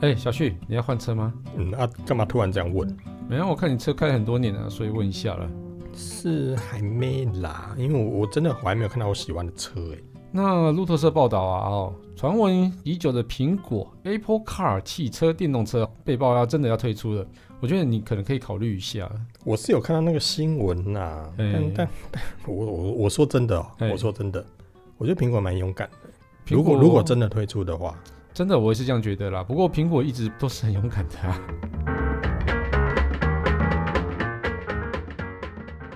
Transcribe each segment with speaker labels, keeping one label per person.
Speaker 1: 哎、小旭，你要换车吗？
Speaker 2: 嗯啊，干嘛突然这样问？
Speaker 1: 没有，我看你车开很多年了，所以问一下了。
Speaker 2: 是还没啦，因为我我真的我还没有看到我喜欢的车欸诶、
Speaker 1: 那路透社报道啊，哦，传闻已久的苹果 Apple Car 汽车电动车被曝要真的要推出了，我觉得你可能可以考虑一下。
Speaker 2: 我是有看到那个新闻呐、
Speaker 1: 哎
Speaker 2: 但但但我我我说真的、哦，
Speaker 1: 哎
Speaker 2: 我说真的，我觉得苹果蛮勇敢的。
Speaker 1: 苹
Speaker 2: 如果如果真的推出的话，
Speaker 1: 真的，我也是这样觉得啦。不过苹果一直都是很勇敢的啊。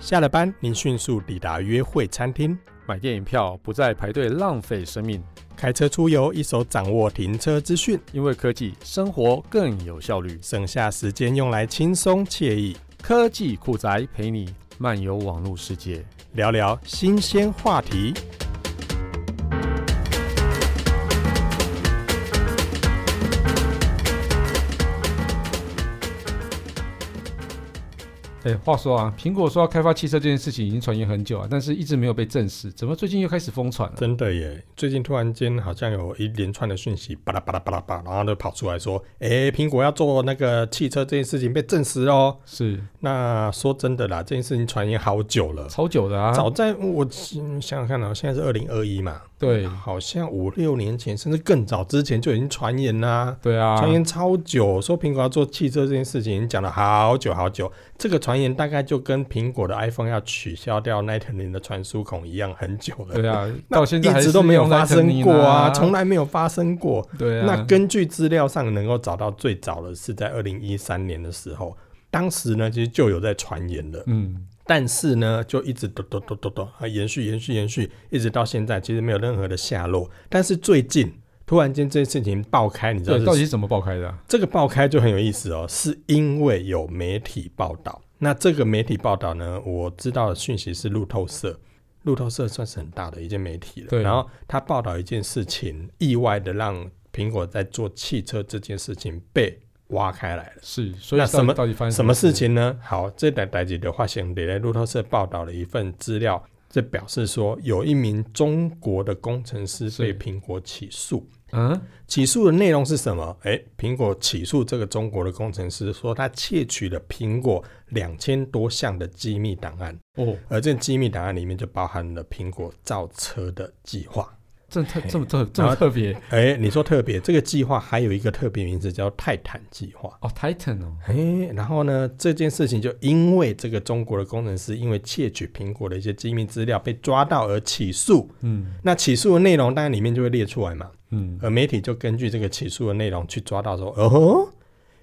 Speaker 2: 下了班您迅速抵达约会餐厅，
Speaker 3: 买电影票不再排队浪费生命，
Speaker 2: 开车出游，一手掌握停车资讯，
Speaker 3: 因为科技生活更有效率。
Speaker 2: 省下时间用来轻松惬意，
Speaker 3: 科技酷宅陪你漫游网络世界。
Speaker 2: 聊聊新鲜话题。
Speaker 1: 哎、话说啊，苹果说要开发汽车这件事情已经传言很久啊，但是一直没有被证实，怎么最近又开始疯传了、
Speaker 2: 真的耶！最近突然间好像有一连串的讯息，巴拉巴拉巴拉巴拉，然后就跑出来说，诶，苹果要做那个汽车这件事情被证实哦。
Speaker 1: 是
Speaker 2: 那说真的啦，这件事情传言好久了，
Speaker 1: 超久的啊。
Speaker 2: 早在我嗯想想看啊，现在是二零二一嘛，
Speaker 1: 对
Speaker 2: 好像五六年前甚至更早之前就已经传言啦、
Speaker 1: 对啊，
Speaker 2: 传言超久，说苹果要做汽车这件事情，已经讲了好久好久。这个传言大概就跟苹果的 iPhone 要取消掉 Lightning 的传输孔一样，很久了。
Speaker 1: 对啊，
Speaker 2: 那
Speaker 1: 到现在还
Speaker 2: 一
Speaker 1: 是
Speaker 2: 直都没有
Speaker 1: 用 Lightning
Speaker 2: 发生过啊，从
Speaker 1: 来
Speaker 2: 来没有发生过。
Speaker 1: 对啊，
Speaker 2: 那根据资料上能够找到最早的是在二零一三年的时候，当时呢其实就有在传言了，
Speaker 1: 嗯
Speaker 2: 但是呢就一直嘟嘟嘟嘟嘟啊延续延续延续，一直到现在其实没有任何的下落。但是最近突然间这件事情爆开，你知道
Speaker 1: 对，
Speaker 2: 是
Speaker 1: 到底是怎么爆开的啊、
Speaker 2: 这个爆开就很有意思哦，是因为有媒体报道。那这个媒体报道呢，我知道的讯息是路透社，路透社算是很大的一间媒体了。
Speaker 1: 对
Speaker 2: 然后他报道一件事情，意外的让苹果在做汽车这件事情被挖开来了。
Speaker 1: 是，所以
Speaker 2: 那
Speaker 1: 到底
Speaker 2: 什么
Speaker 1: 到底发生
Speaker 2: 什么事？情呢？好，这台台记的话，先得来路透社报道了一份资料，这表示说有一名中国的工程师
Speaker 1: 是
Speaker 2: 被苹果起诉。
Speaker 1: 嗯，
Speaker 2: 起诉的内容是什么？诶，苹果起诉这个中国的工程师，说他窃取了苹果两千多项的机密档案，
Speaker 1: 哦，
Speaker 2: 而这机密档案里面就包含了苹果造车的计划。
Speaker 1: 这特
Speaker 2: 嘿
Speaker 1: 这么特这么
Speaker 2: 然后
Speaker 1: 特别
Speaker 2: 诶，你说特别，这个计划还有一个特别名字叫泰坦计划。
Speaker 1: 哦，Titan 哦，
Speaker 2: 诶，然后呢，这件事情就因为这个中国的工程师因为窃取苹果的一些机密资料被抓到而起诉。
Speaker 1: 嗯
Speaker 2: 那起诉的内容当然里面就会列出来嘛。
Speaker 1: 嗯，
Speaker 2: 而媒体就根据这个起诉的内容去抓到说，哦，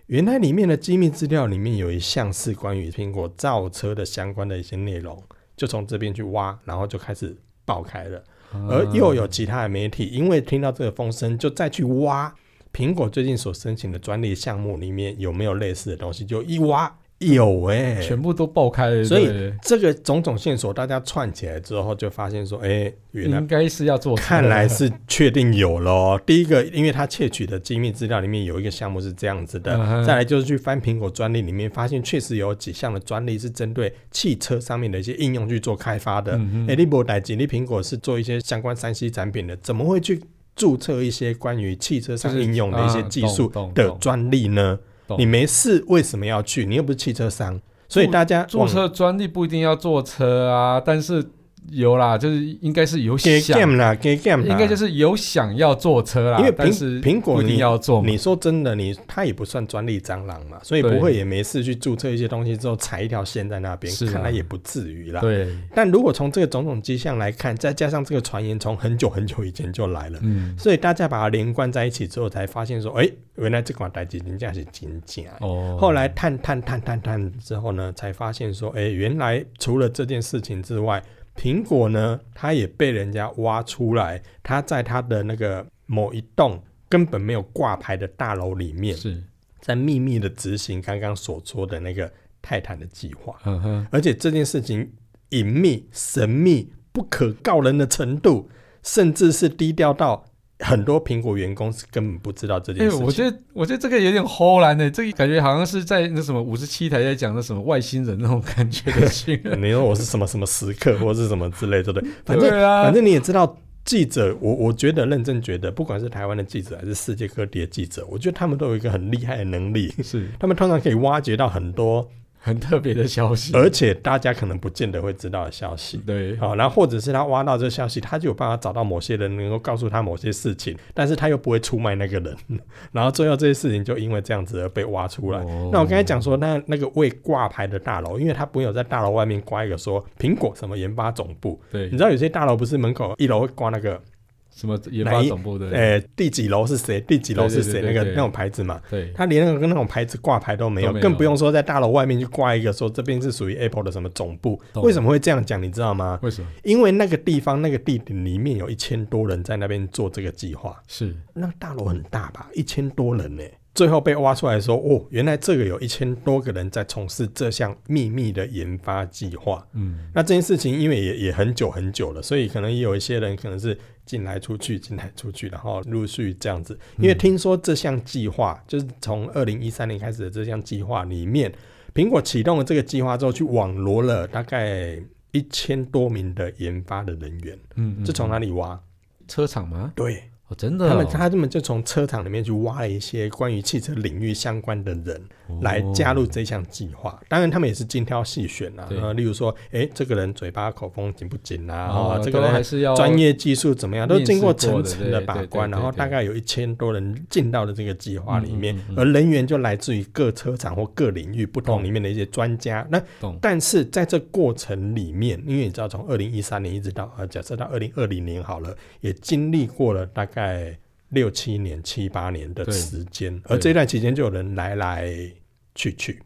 Speaker 2: 原来里面的机密资料里面有一项是关于苹果造车的相关的一些内容，就从这边去挖，然后就开始爆开了。
Speaker 1: 嗯
Speaker 2: 而又
Speaker 1: 啊
Speaker 2: 有其他的媒体因为听到这个风声，就再去挖苹果最近所申请的专利项目里面有没有类似的东西，就一挖有哎、
Speaker 1: 啊全部都爆开了，
Speaker 2: 所以
Speaker 1: 对
Speaker 2: 这个种种线索大家串起来之后，就发现说，哎、原来
Speaker 1: 应该是要做出
Speaker 2: 看来是确定有咯。第一个，因为他窃取的机密资料里面有一个项目是这样子的，
Speaker 1: 嗯哼
Speaker 2: 再来就是去翻苹果专利里面，发现确实有几项的专利是针对汽车上面的一些应用去做开发的。
Speaker 1: 嗯
Speaker 2: 哎、利博代吉利苹果是做一些相关三 C 产品的，怎么会去注册一些关于汽车上
Speaker 1: 就是
Speaker 2: 应用的一些
Speaker 1: 啊
Speaker 2: 技术
Speaker 1: 懂懂
Speaker 2: 的
Speaker 1: 懂
Speaker 2: 专利呢？
Speaker 1: 懂
Speaker 2: 你没事为什么要去？你又不是汽车商，所以大家
Speaker 1: 注
Speaker 2: 网
Speaker 1: 册专利不一定要坐车啊，但是有啦，就是应该是有
Speaker 2: 给
Speaker 1: 想，
Speaker 2: game 啦，给 game 啦，
Speaker 1: 应该就是有想要坐车啦，
Speaker 2: 因为
Speaker 1: 但
Speaker 2: 苹
Speaker 1: 是
Speaker 2: 苹果
Speaker 1: 不一定
Speaker 2: 你
Speaker 1: 要坐嘛，
Speaker 2: 你说真的，你他也不算专利蟑螂嘛，所以
Speaker 1: 对
Speaker 2: 不会也没事去注册一些东西之后踩一条线在那边，
Speaker 1: 是啊
Speaker 2: 看来也不至于啦。
Speaker 1: 对，
Speaker 2: 但如果从这个种种迹象来看，再加上这个传言从很久很久以前就来了，
Speaker 1: 嗯，
Speaker 2: 所以大家把它连贯在一起之后，才发现说，哎、原来这款代机人家是真假的。
Speaker 1: 哦，
Speaker 2: 后来探探探探探之后呢，才发现说，哎、原来除了这件事情之外，苹果呢，它也被人家挖出来，它在它的那个某一栋根本没有挂牌的大楼里面，
Speaker 1: 是，
Speaker 2: 在秘密的执行刚刚所说的那个泰坦的计划，
Speaker 1: 嗯哼，
Speaker 2: 而且这件事情隐秘、神秘、不可告人的程度，甚至是低调到很多苹果员工是根本不知道这件
Speaker 1: 哎、
Speaker 2: 事情。
Speaker 1: 我觉得我觉得这个有点齁然呢、这个感觉好像是在那什么五十七台在讲那什么外星人那种感觉的新闻。
Speaker 2: 你说我是什么什么时刻，或是什么之类，对不对？反正
Speaker 1: 对啊，
Speaker 2: 反正你也知道，记者，我我觉得认真觉得，不管是台湾的记者还是世界各地的记者，我觉得他们都有一个很厉害的能力，
Speaker 1: 是
Speaker 2: 他们通常可以挖掘到很多，
Speaker 1: 很特别的消息。
Speaker 2: 而且大家可能不见得会知道的消息。
Speaker 1: 对，
Speaker 2: 呃好，然后或者是他挖到这个消息，他就有办法找到某些人能够告诉他某些事情，但是他又不会出卖那个人， 然后最后这些事情就因为这样子而被挖出来。
Speaker 1: 哦
Speaker 2: 那我刚才讲说，那那个未挂牌的大楼，因为他不会有在大楼外面挂一个说苹果什么研发总部，
Speaker 1: 对
Speaker 2: 你知道有些大楼不是门口一楼会挂那个，
Speaker 1: 什么研发总部的，
Speaker 2: 呃，第几楼是谁，第几楼是谁
Speaker 1: 对对
Speaker 2: 那
Speaker 1: 对
Speaker 2: 个
Speaker 1: 对
Speaker 2: 那种牌子嘛？
Speaker 1: 对，
Speaker 2: 他连那个那种牌子挂牌都没有，
Speaker 1: 都没有
Speaker 2: 更不用说在大楼外面去挂一个说这边是属于 Apple 的什么总部。
Speaker 1: 懂
Speaker 2: 为什么会这样讲？你知道吗？
Speaker 1: 为什么？
Speaker 2: 因为那个地方那个地点里面有一千多人在那边做这个计划，
Speaker 1: 是
Speaker 2: 那个大楼很大吧，一千多人呢、最后被挖出来说，哦，原来这个有一千多个人在从事这项秘密的研发计划。
Speaker 1: 嗯，
Speaker 2: 那这件事情因为也也很久很久了，所以可能也有一些人可能是进来出去进来出去，然后陆续这样子。因为听说这项计划就是从二零一三年开始的这项计划里面，苹果启动了这个计划之后，去网罗了大概一千多名的研发的人员，
Speaker 1: 嗯，
Speaker 2: 是从
Speaker 1: 嗯
Speaker 2: 哪里挖？
Speaker 1: 车厂吗？
Speaker 2: 对
Speaker 1: 哦，真的哦，
Speaker 2: 他们，他们就从车厂里面去挖了一些关于汽车领域相关的人。
Speaker 1: 哦
Speaker 2: 来加入这项计划。当然，他们也是精挑细选啊。
Speaker 1: 对
Speaker 2: 呃例如说，哎、这个人嘴巴口风紧不紧啊？
Speaker 1: 哦
Speaker 2: 哦，，这个
Speaker 1: 都还
Speaker 2: 人
Speaker 1: 是要
Speaker 2: 专业技术怎么样？都
Speaker 1: 面试
Speaker 2: 经过
Speaker 1: 过
Speaker 2: 层
Speaker 1: 的
Speaker 2: 层
Speaker 1: 对
Speaker 2: 的
Speaker 1: 对
Speaker 2: 把
Speaker 1: 对
Speaker 2: 关，
Speaker 1: 对
Speaker 2: 然后
Speaker 1: 对
Speaker 2: 大概有一千多人进到了这个计划里面
Speaker 1: 嗯嗯嗯，嗯
Speaker 2: 而人员就来自于各车厂或各领域不同里面的一些专家。那
Speaker 1: 懂
Speaker 2: 但是在这过程里面，因为你知道，从二零一三年一直到呃，假设到二零二零年好了，也经历过了大概六七年、七八年的
Speaker 1: 对
Speaker 2: 时间，而这段期间就有人来来去去，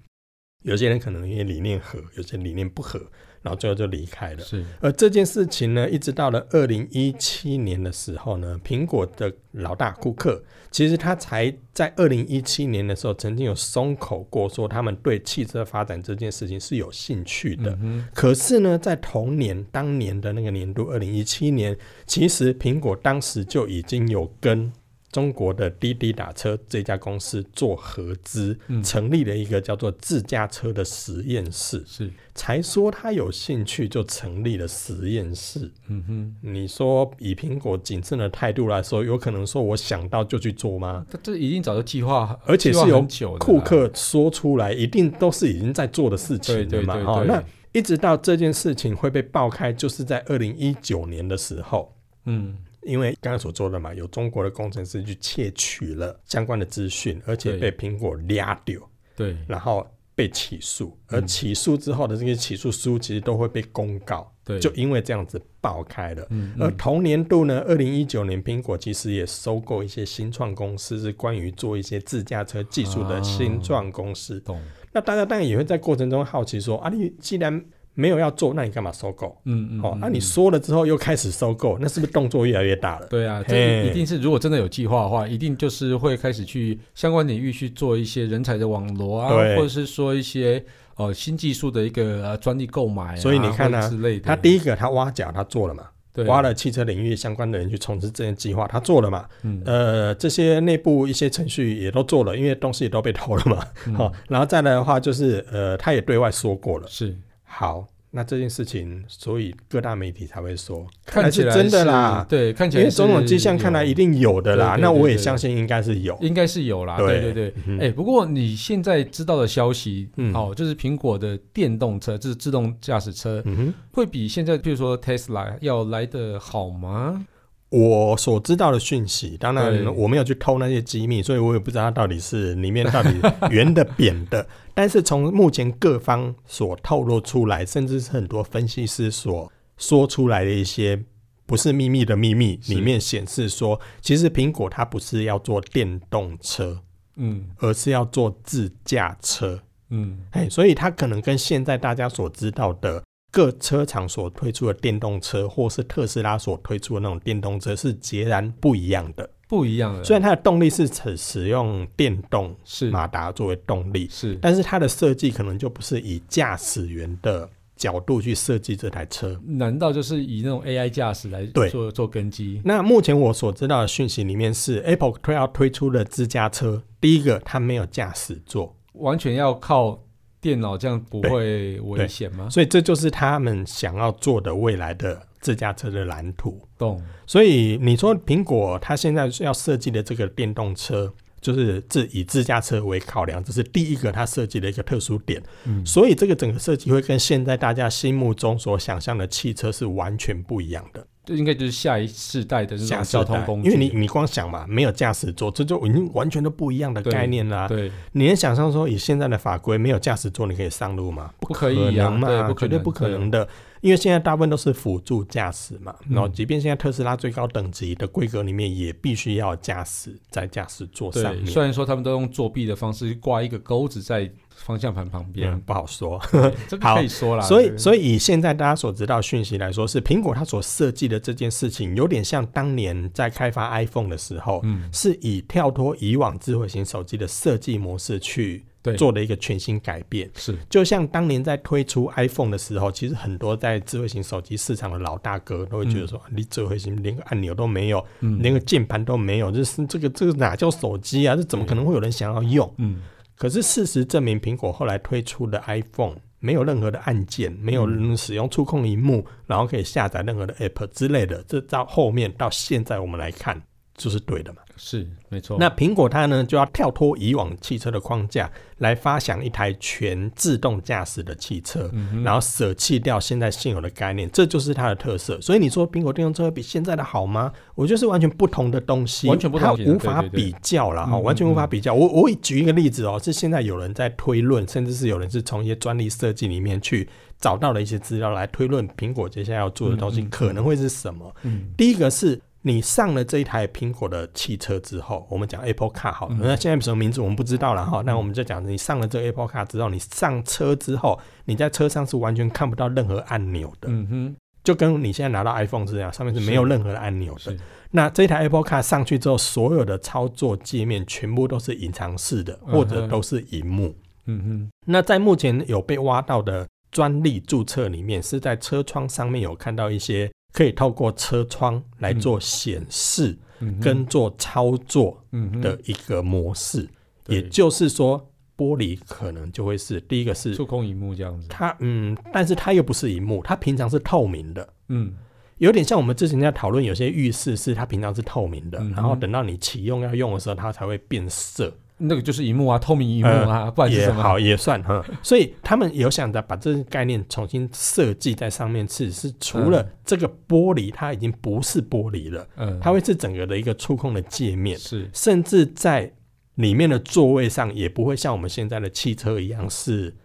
Speaker 2: 有些人可能因为理念合，有些理念不合，然后最后就离开了。
Speaker 1: 是
Speaker 2: 而呃这件事情呢，一直到了二零一七年的时候呢，苹果的老大库克，其实他才在二零一七年的时候曾经有松口过，说他们对汽车发展这件事情是有兴趣的。
Speaker 1: 嗯哼，
Speaker 2: 可是呢，在同年当年的那个年度，二零一七年，其实苹果当时就已经有跟中国的滴滴打车这家公司做合资，
Speaker 1: 嗯
Speaker 2: 成立了一个叫做自驾车的实验室。
Speaker 1: 是，
Speaker 2: 才说他有兴趣，就成立了实验室。
Speaker 1: 嗯哼，
Speaker 2: 你说以苹果谨慎的态度来说，有可能说我想到就去做吗？
Speaker 1: 这这一定早就计划，
Speaker 2: 而且
Speaker 1: 计划
Speaker 2: 是由
Speaker 1: 很久的啦
Speaker 2: 库，克说出来，一定都是已经在做的事
Speaker 1: 对
Speaker 2: 情
Speaker 1: 对
Speaker 2: 了
Speaker 1: 对
Speaker 2: 嘛？
Speaker 1: 对，
Speaker 2: 哦，那一直到这件事情会被爆开，就是在二零一九年的时候，
Speaker 1: 嗯，
Speaker 2: 因为刚刚所说的嘛，有中国的工程师去窃取了相关的资讯，而且
Speaker 1: 对
Speaker 2: 被苹果抓掉。
Speaker 1: 对，
Speaker 2: 然后被起诉，
Speaker 1: 嗯
Speaker 2: 而起诉之后的这些起诉书其实都会被公告，
Speaker 1: 对，
Speaker 2: 就呃因为这样子爆开了。
Speaker 1: 嗯，
Speaker 2: 而
Speaker 1: 嗯
Speaker 2: 同年度呢，二零一九年，苹果其实也收购一些新创公司，是关于做一些自驾车技术的新创公司。
Speaker 1: 懂，
Speaker 2: 那大家当然也会在过程中好奇说：啊，你既然没有要做，那你干嘛收购？
Speaker 1: 嗯嗯，
Speaker 2: 哦，那、
Speaker 1: 嗯
Speaker 2: 你
Speaker 1: 嗯
Speaker 2: 说了之后又开始收购，那是不是动作越来越大了？
Speaker 1: 对啊，这
Speaker 2: 嘿
Speaker 1: 一定是如果真的有计划的话，一定就是会开始去相关领域去做一些人才的网罗啊，
Speaker 2: 对
Speaker 1: 或者是说一些呃新技术的一个呃专利购买啊，
Speaker 2: 所以你看啊
Speaker 1: 或者之类的，
Speaker 2: 他第一个他挖角，他做了嘛，
Speaker 1: 对啊
Speaker 2: 挖了汽车领域相关的人去从事这些计划，他做了嘛，
Speaker 1: 嗯
Speaker 2: 呃，这些内部一些程序也都做了，因为东西也都被偷了嘛。
Speaker 1: 嗯
Speaker 2: 好、然后再来的话就是，呃，他也对外说过了。
Speaker 1: 是
Speaker 2: 好，那这件事情，所以各大媒体才会说，
Speaker 1: 看起
Speaker 2: 是
Speaker 1: 来
Speaker 2: 真的啦
Speaker 1: 是，对，看起
Speaker 2: 因
Speaker 1: 来
Speaker 2: 为种种
Speaker 1: 是
Speaker 2: 迹象看来
Speaker 1: 有
Speaker 2: 一定有的啦。
Speaker 1: 对对
Speaker 2: 那
Speaker 1: 对
Speaker 2: 我也
Speaker 1: 对
Speaker 2: 相信应该是有。
Speaker 1: 应该是有啦，
Speaker 2: 对
Speaker 1: 对对对。
Speaker 2: 嗯
Speaker 1: 哎、不过你现在知道的消息，
Speaker 2: 嗯
Speaker 1: 哦，就是苹果的电动车，就是自动驾驶车，
Speaker 2: 嗯哼，
Speaker 1: 会比现在譬如说 Tesla 要来的好吗？
Speaker 2: 我所知道的讯息，当
Speaker 1: 对
Speaker 2: 然我没有去偷那些机密，所以我也不知道它到底是里面到底圆的、 扁的。但是从目前各方所透露出来，甚至是很多分析师所说出来的一些不是秘密的秘密，
Speaker 1: 是
Speaker 2: 里面显示说，其实苹果它不是要做电动车，
Speaker 1: 嗯
Speaker 2: 而是要做自驾车。
Speaker 1: 嗯，
Speaker 2: 哎，所以它可能跟现在大家所知道的各车厂所推出的电动车，或是特斯拉所推出的那种电动车是截然不一样的。
Speaker 1: 不一样的，
Speaker 2: 虽然它的动力是使使用电动
Speaker 1: 是
Speaker 2: 马达作为动力，
Speaker 1: 是
Speaker 2: 但是它的设计可能就不是以驾驶员的角度去设计这台车。
Speaker 1: 难道就是以那种 AI 驾驶来
Speaker 2: 对
Speaker 1: 做做根基？
Speaker 2: 那目前我所知道的讯息里面是，Apple 推要推出的自驾车，第一个它没有驾驶座，
Speaker 1: 完全要靠电脑，这样不会危险吗？
Speaker 2: 所以这就是他们想要做的未来的自驾车的蓝图。
Speaker 1: 懂
Speaker 2: 所以你说苹果它现在要设计的这个电动车，就是自以自驾车为考量，这是第一个它设计的一个特殊点。
Speaker 1: 嗯
Speaker 2: 所以这个整个设计会跟现在大家心目中所想象的汽车是完全不一样的。
Speaker 1: 这应该就是下一世代的那种交通工具，
Speaker 2: 因为你你光想嘛，没有驾驶座，这就已经完全都不一样的
Speaker 1: 对
Speaker 2: 概念啦、
Speaker 1: 对
Speaker 2: 你能想象说以现在的法规，没有驾驶座你可以上路吗？
Speaker 1: 不
Speaker 2: 可
Speaker 1: 可以啊，
Speaker 2: 能嘛，
Speaker 1: 对，不
Speaker 2: 绝对不可能的。因为现在大部分都是辅助驾驶嘛，
Speaker 1: 嗯
Speaker 2: 然后即便现在特斯拉最高等级的规格里面，也必须要有驾驶在驾驶座
Speaker 1: 对。
Speaker 2: 上
Speaker 1: 对，
Speaker 2: 面。嗯
Speaker 1: 虽然说他们都用作弊的方式挂一个钩子在方向盘旁边
Speaker 2: 嗯，，不 好说。
Speaker 1: 对这个
Speaker 2: 好
Speaker 1: 可以说啦。
Speaker 2: 所以，
Speaker 1: 对
Speaker 2: 所以以现在大家所知道的讯息来说，是苹果它所设计的这件事情，有点像当年在开发 iPhone 的时候，
Speaker 1: 嗯，
Speaker 2: 是以跳脱以往智慧型手机的设计模式去
Speaker 1: 对，
Speaker 2: 做的一个全新改变。
Speaker 1: 是
Speaker 2: 就像当年在推出 iPhone 的时候，其实很多在智慧型手机市场的老大哥都会觉得说，啊你智慧型连个按钮都没有，
Speaker 1: 嗯
Speaker 2: 连个键盘都没有，这是这个这个哪叫手机啊？这怎么可能会有人想要用？
Speaker 1: 嗯
Speaker 2: 可是事实证明，苹果后来推出的 iPhone 没有任何的按键，没有人使用触控荧
Speaker 1: 嗯
Speaker 2: 幕，然后可以下载任何的 App 之类的，这到后面到现在我们来看就是对的嘛。
Speaker 1: 是没错。
Speaker 2: 那苹果它呢就要跳脱以往汽车的框架，来发想一台全自动驾驶的汽车。
Speaker 1: 嗯哼
Speaker 2: 然后舍弃掉现在现有的概念，这就是它的特色。所以你说苹果电动车会比现在的好吗？我觉得是完全不同的东西，
Speaker 1: 完全不同
Speaker 2: 它
Speaker 1: 的
Speaker 2: 无法
Speaker 1: 对对对
Speaker 2: 比较啦，哦，
Speaker 1: 嗯
Speaker 2: 完全无法
Speaker 1: 嗯
Speaker 2: 比较。我我举一个例子哦，是现在有人在推论，甚至是有人是从一些专利设计里面去找到了一些资料来推论苹果接下来要做的东西
Speaker 1: 嗯嗯嗯
Speaker 2: 可能会是什么。
Speaker 1: 嗯
Speaker 2: 第一个是你上了这一台苹果的汽车之后，我们讲 Apple Car 好了，
Speaker 1: 嗯
Speaker 2: 那现在什么名字我们不知道了哈，那我们就讲你上了这个 Apple Car 之后，你上车之后，你在车上是完全看不到任何按钮的，
Speaker 1: 嗯哼
Speaker 2: 就跟你现在拿到 iPhone 是一样，上面是没有任何的按钮的
Speaker 1: 是。
Speaker 2: 那这一台 Apple Car 上去之后，所有的操作界面全部都是隐藏式的，或
Speaker 1: 嗯
Speaker 2: 者
Speaker 1: 哼
Speaker 2: 都是荧幕。
Speaker 1: 嗯哼
Speaker 2: 那在目前有被挖到的专利注册里面，是在车窗上面有看到一些可以透过车窗来做显示
Speaker 1: 嗯嗯哼
Speaker 2: 跟做操作
Speaker 1: 嗯哼
Speaker 2: 的一个模式，
Speaker 1: 对
Speaker 2: 也就是说，玻璃可能就会是第一个是
Speaker 1: 触控荧幕这样子，
Speaker 2: 它，嗯，但是它又不是荧幕，它平常是透明的。
Speaker 1: 嗯
Speaker 2: 有点像我们之前在讨论，有些浴室是它平常是透明的，
Speaker 1: 嗯哼
Speaker 2: 然后等到你启用要用的时候，它才会变色。
Speaker 1: 那个就是荧幕啊，透明荧幕啊，不然是
Speaker 2: 呃也
Speaker 1: 什么？
Speaker 2: 好也算哈。 所以他们有想着把这个概念重新设计在上面，是是除了这个玻璃，它已经不是玻璃了，
Speaker 1: 嗯，
Speaker 2: 它会是整个的一个触控的界面，
Speaker 1: 是
Speaker 2: 甚至在里面的座位上也不会像我们现在的汽车一样是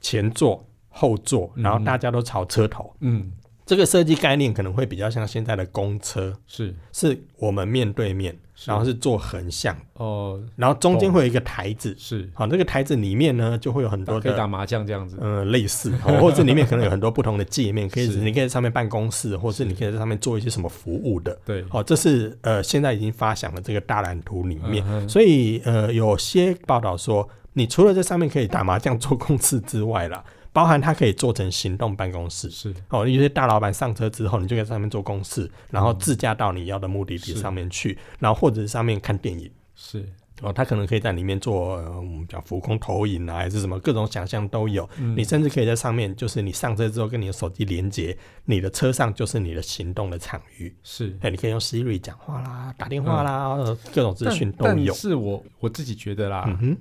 Speaker 2: 前座。后座，然后
Speaker 1: 嗯
Speaker 2: 大家都朝车头，
Speaker 1: 嗯
Speaker 2: 这个设计概念可能会比较像现在的公车，
Speaker 1: 是，
Speaker 2: 是我们面对面，
Speaker 1: 是
Speaker 2: 然后是坐横向，
Speaker 1: 哦
Speaker 2: 然后中间
Speaker 1: 懂
Speaker 2: 会有一个台子，
Speaker 1: 是，
Speaker 2: 好，这个台子里面呢就会有很多
Speaker 1: 可以
Speaker 2: 的
Speaker 1: 打麻将这样子，
Speaker 2: 嗯，类似，哦或者里面可能有很多不同的界面，可以
Speaker 1: 是
Speaker 2: 你可以在上面办公室，或是你可以在上面做一些什么服务的。
Speaker 1: 对，
Speaker 2: 哦，这是呃现在已经发想的这个大蓝图里面，
Speaker 1: 嗯哼
Speaker 2: 所以呃有些报道说，你除了在上面可以打麻将、做公事之外啦，包含它可以做成行动办公室。
Speaker 1: 是
Speaker 2: 哦，有些大老板上车之后，你就可以在上面做公事，然后自驾到你要的目的地
Speaker 1: 嗯是
Speaker 2: 上面去，然后或者是上面看电影。
Speaker 1: 是，
Speaker 2: 哦，他可能可以在里面做，呃、我们讲浮空投影啊，还是什么各种想象都有。
Speaker 1: 嗯
Speaker 2: 你甚至可以在上面，就是你上车之后跟你的手机连接，你的车上就是你的行动的场域。
Speaker 1: 是。
Speaker 2: 哎，你可以用 Siri 讲话啦、打电话啦，
Speaker 1: 嗯
Speaker 2: 呃各种资
Speaker 1: 但
Speaker 2: 讯都
Speaker 1: 但
Speaker 2: 有。
Speaker 1: 是我我自己觉得啦，
Speaker 2: 嗯哼，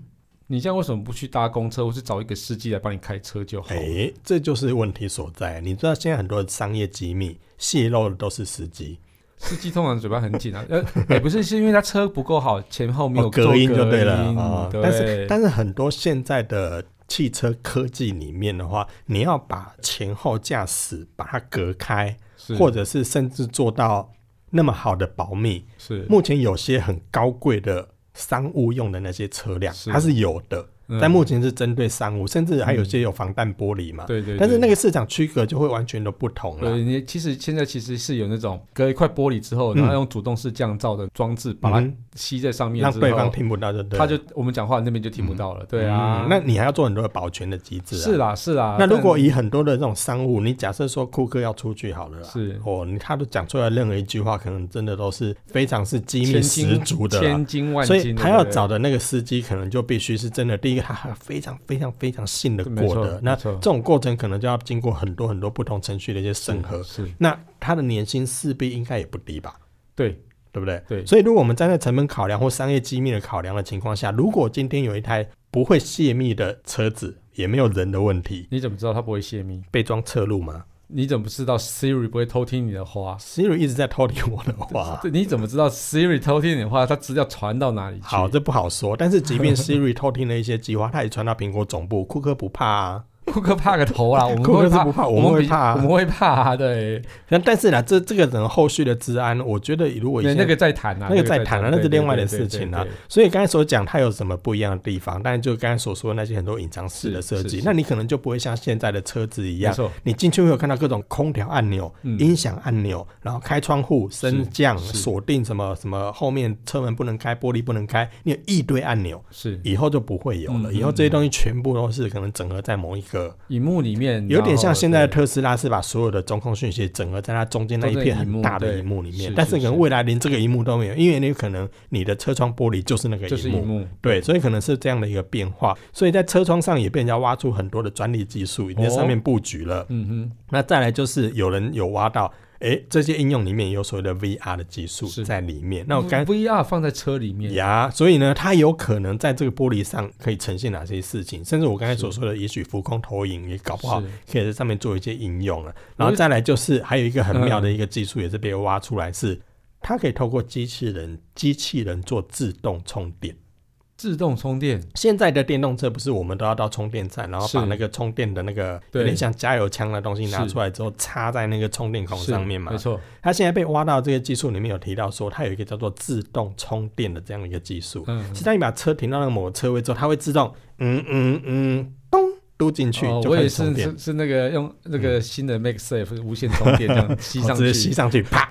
Speaker 1: 你这样为什么不去搭公车，或是找一个司机来帮你开车就好？
Speaker 2: 哎、这就是问题所在。你知道现在很多的商业机密泄露的都是司机，
Speaker 1: 司机通常嘴巴很紧啊， 呃，也不是，是因为他车不够好，前后没
Speaker 2: 哦
Speaker 1: 有做
Speaker 2: 隔音就对了
Speaker 1: 隔音
Speaker 2: 哦
Speaker 1: 对，
Speaker 2: 但是但是很多现在的汽车科技里面的话，你要把前后驾驶把它隔开，
Speaker 1: 是
Speaker 2: 或者是甚至做到那么好的保密。
Speaker 1: 是
Speaker 2: 目前有些很高贵的商务用的那些车辆，
Speaker 1: 是
Speaker 2: 它是有的，
Speaker 1: 嗯
Speaker 2: 但目前是针对商务，甚至还有些有防弹玻璃嘛。
Speaker 1: 对对，
Speaker 2: 但是那
Speaker 1: 个
Speaker 2: 个市场区隔就会完全的不同了。
Speaker 1: 对你其实现在其实是有那种隔一块玻璃之后，
Speaker 2: 嗯
Speaker 1: 然后用主动式降噪的装置把它
Speaker 2: 嗯
Speaker 1: 吸在上面
Speaker 2: 让
Speaker 1: 之
Speaker 2: 对方
Speaker 1: 后，
Speaker 2: 听不到就对了，
Speaker 1: 他就我们讲话那边就听不到了，嗯对
Speaker 2: 嗯
Speaker 1: 啊，
Speaker 2: 那你还要做很多的保全的机制啊。
Speaker 1: 是啦是啦，
Speaker 2: 那如果
Speaker 1: 但
Speaker 2: 以很多的这种商务，你假设说库克要出去好了啦，
Speaker 1: 是
Speaker 2: 哦，你他都讲出来任何一句话，可能真的都是非常是机密
Speaker 1: 千
Speaker 2: 十
Speaker 1: 金
Speaker 2: 足的啦，
Speaker 1: 千金万
Speaker 2: 所
Speaker 1: 金，
Speaker 2: 以他
Speaker 1: 对不
Speaker 2: 要
Speaker 1: 对
Speaker 2: 找的那个司机，可能就必须是真的。第一个他非常非常非常信得
Speaker 1: 对没
Speaker 2: 过
Speaker 1: 错
Speaker 2: 的。那
Speaker 1: 没错
Speaker 2: 这种过程可能就要经过很多很多不同程序的一些审核，
Speaker 1: 是
Speaker 2: 那他的年薪势必应该也不低吧？
Speaker 1: 对
Speaker 2: 对不对？
Speaker 1: 对
Speaker 2: 所以，如果我们站在成本考量或商业机密的考量的情况下，如果今天有一台不会泄密的车子，也没有人的问题，
Speaker 1: 你怎么知道他不会泄密？
Speaker 2: 被装侧录吗
Speaker 1: 你怎么知道 Siri 不会偷听你的话？
Speaker 2: ？Siri 一直在偷听我的话。
Speaker 1: 对，你怎么知道 Siri 偷听你的话，它资料传到哪里去？
Speaker 2: 好，这不好说。但是，即便 Siri 偷听了一些计划，他也传到苹果总部，库克不怕啊，
Speaker 1: 库克怕个头啊 啦，我们
Speaker 2: 库克
Speaker 1: 会
Speaker 2: 是
Speaker 1: 怕
Speaker 2: 不，怕，
Speaker 1: 我
Speaker 2: 我们会
Speaker 1: 比
Speaker 2: 怕、
Speaker 1: 我们
Speaker 2: 啊。
Speaker 1: 会怕啊，对，
Speaker 2: 那但是呢，这这个人后续的治安，我觉得如果以
Speaker 1: 那
Speaker 2: 前
Speaker 1: 那个再谈啊，
Speaker 2: 那个再谈啊那是
Speaker 1: 对对
Speaker 2: 另外的
Speaker 1: 对对
Speaker 2: 事
Speaker 1: 对
Speaker 2: 情啊
Speaker 1: 对对
Speaker 2: 所以刚才所讲，它有什么不一样的地方？当然，就刚才所说的那些很多隐藏式的设
Speaker 1: 是
Speaker 2: 计
Speaker 1: 是，是
Speaker 2: 那你可能就不会像现在的车子一
Speaker 1: 没
Speaker 2: 样，
Speaker 1: 错，
Speaker 2: 你进去会有看到各种空调按钮、
Speaker 1: 嗯
Speaker 2: 音响按钮，然后开窗户、升降、
Speaker 1: 是
Speaker 2: 锁定什么什么，后面车门不能开，玻璃不能开，你有一堆按钮，
Speaker 1: 是
Speaker 2: 以后就不会有了。
Speaker 1: 嗯
Speaker 2: 以后这些东西全部都是可能整合在某一个，
Speaker 1: 荧幕里面
Speaker 2: 有点像现在的
Speaker 1: 然后
Speaker 2: 特斯拉是把所有的中控讯息整合在它中间那一片很大的荧幕里
Speaker 1: 都在荧
Speaker 2: 面
Speaker 1: 幕，
Speaker 2: 但是
Speaker 1: 对
Speaker 2: 可能未来连这个荧幕都没有，因为你可能你的车窗玻璃就是那个
Speaker 1: 对就是
Speaker 2: 荧
Speaker 1: 荧
Speaker 2: 幕。
Speaker 1: 幕，
Speaker 2: 对，所以可能是这样的一个变化，所以在车窗上也被人家挖出很多的专利技术，已经在上面布局了。
Speaker 1: 嗯哼，
Speaker 2: 那再来就是有人有挖到，诶，这些应用里面有所谓的 VR 的技术
Speaker 1: 是嗯
Speaker 2: 在里面。那我刚
Speaker 1: VR 放在车里面，
Speaker 2: 呀，所以呢，它有可能在这个玻璃上可以呈现哪些事情，甚至我刚才所说的，也许浮空投影也搞不好
Speaker 1: 是
Speaker 2: 可以在上面做一些应用了。
Speaker 1: 嗯
Speaker 2: 然后再来就是还有一个很妙的一个技术，也是被挖出来是，它可以透过机器人机器人做自动充电。
Speaker 1: 自动充电，
Speaker 2: 现在的电动车不是我们都要到充电站，然后
Speaker 1: 是
Speaker 2: 把那个充电的那个
Speaker 1: 对
Speaker 2: 有点像加油枪的东西拿
Speaker 1: 是
Speaker 2: 出来之后插在那个充电孔
Speaker 1: 是
Speaker 2: 上面嘛
Speaker 1: 没？错，
Speaker 2: 它现在被挖到这个技术里面有提到说，它有一个叫做自动充电的这样的一个技术，
Speaker 1: 嗯，
Speaker 2: 是当你把车停到那个某个车位之后，它会自动嗯嗯嗯咚嘟进去，
Speaker 1: 哦
Speaker 2: 就
Speaker 1: 我
Speaker 2: 开
Speaker 1: 也
Speaker 2: 始充
Speaker 1: 是
Speaker 2: 电。
Speaker 1: 是是那个用那
Speaker 2: 嗯
Speaker 1: 个新的 MaxSafe 无线充电这 样吸
Speaker 2: 哦
Speaker 1: 上
Speaker 2: 直接
Speaker 1: 去，
Speaker 2: 吸上去， 啪！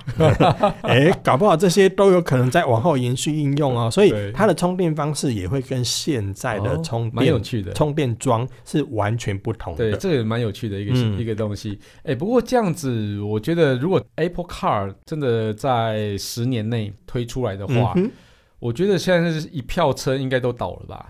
Speaker 2: 哎、搞不好这些都有可能在往后延续应用哦，所以
Speaker 1: 对
Speaker 2: 它的充电方式也会跟现在的
Speaker 1: 哦
Speaker 2: 充
Speaker 1: 蛮
Speaker 2: 电、
Speaker 1: 有趣的。
Speaker 2: 充电桩是完全不同
Speaker 1: 对，
Speaker 2: 的。
Speaker 1: 这个也蛮有趣的一个、
Speaker 2: 嗯
Speaker 1: 一个东西。哎，不过这样子，我觉得如果 Apple Car 真的在十年内推出来的
Speaker 2: 嗯
Speaker 1: 话，
Speaker 2: 哼
Speaker 1: 我觉得现在是一票车应该都倒了吧？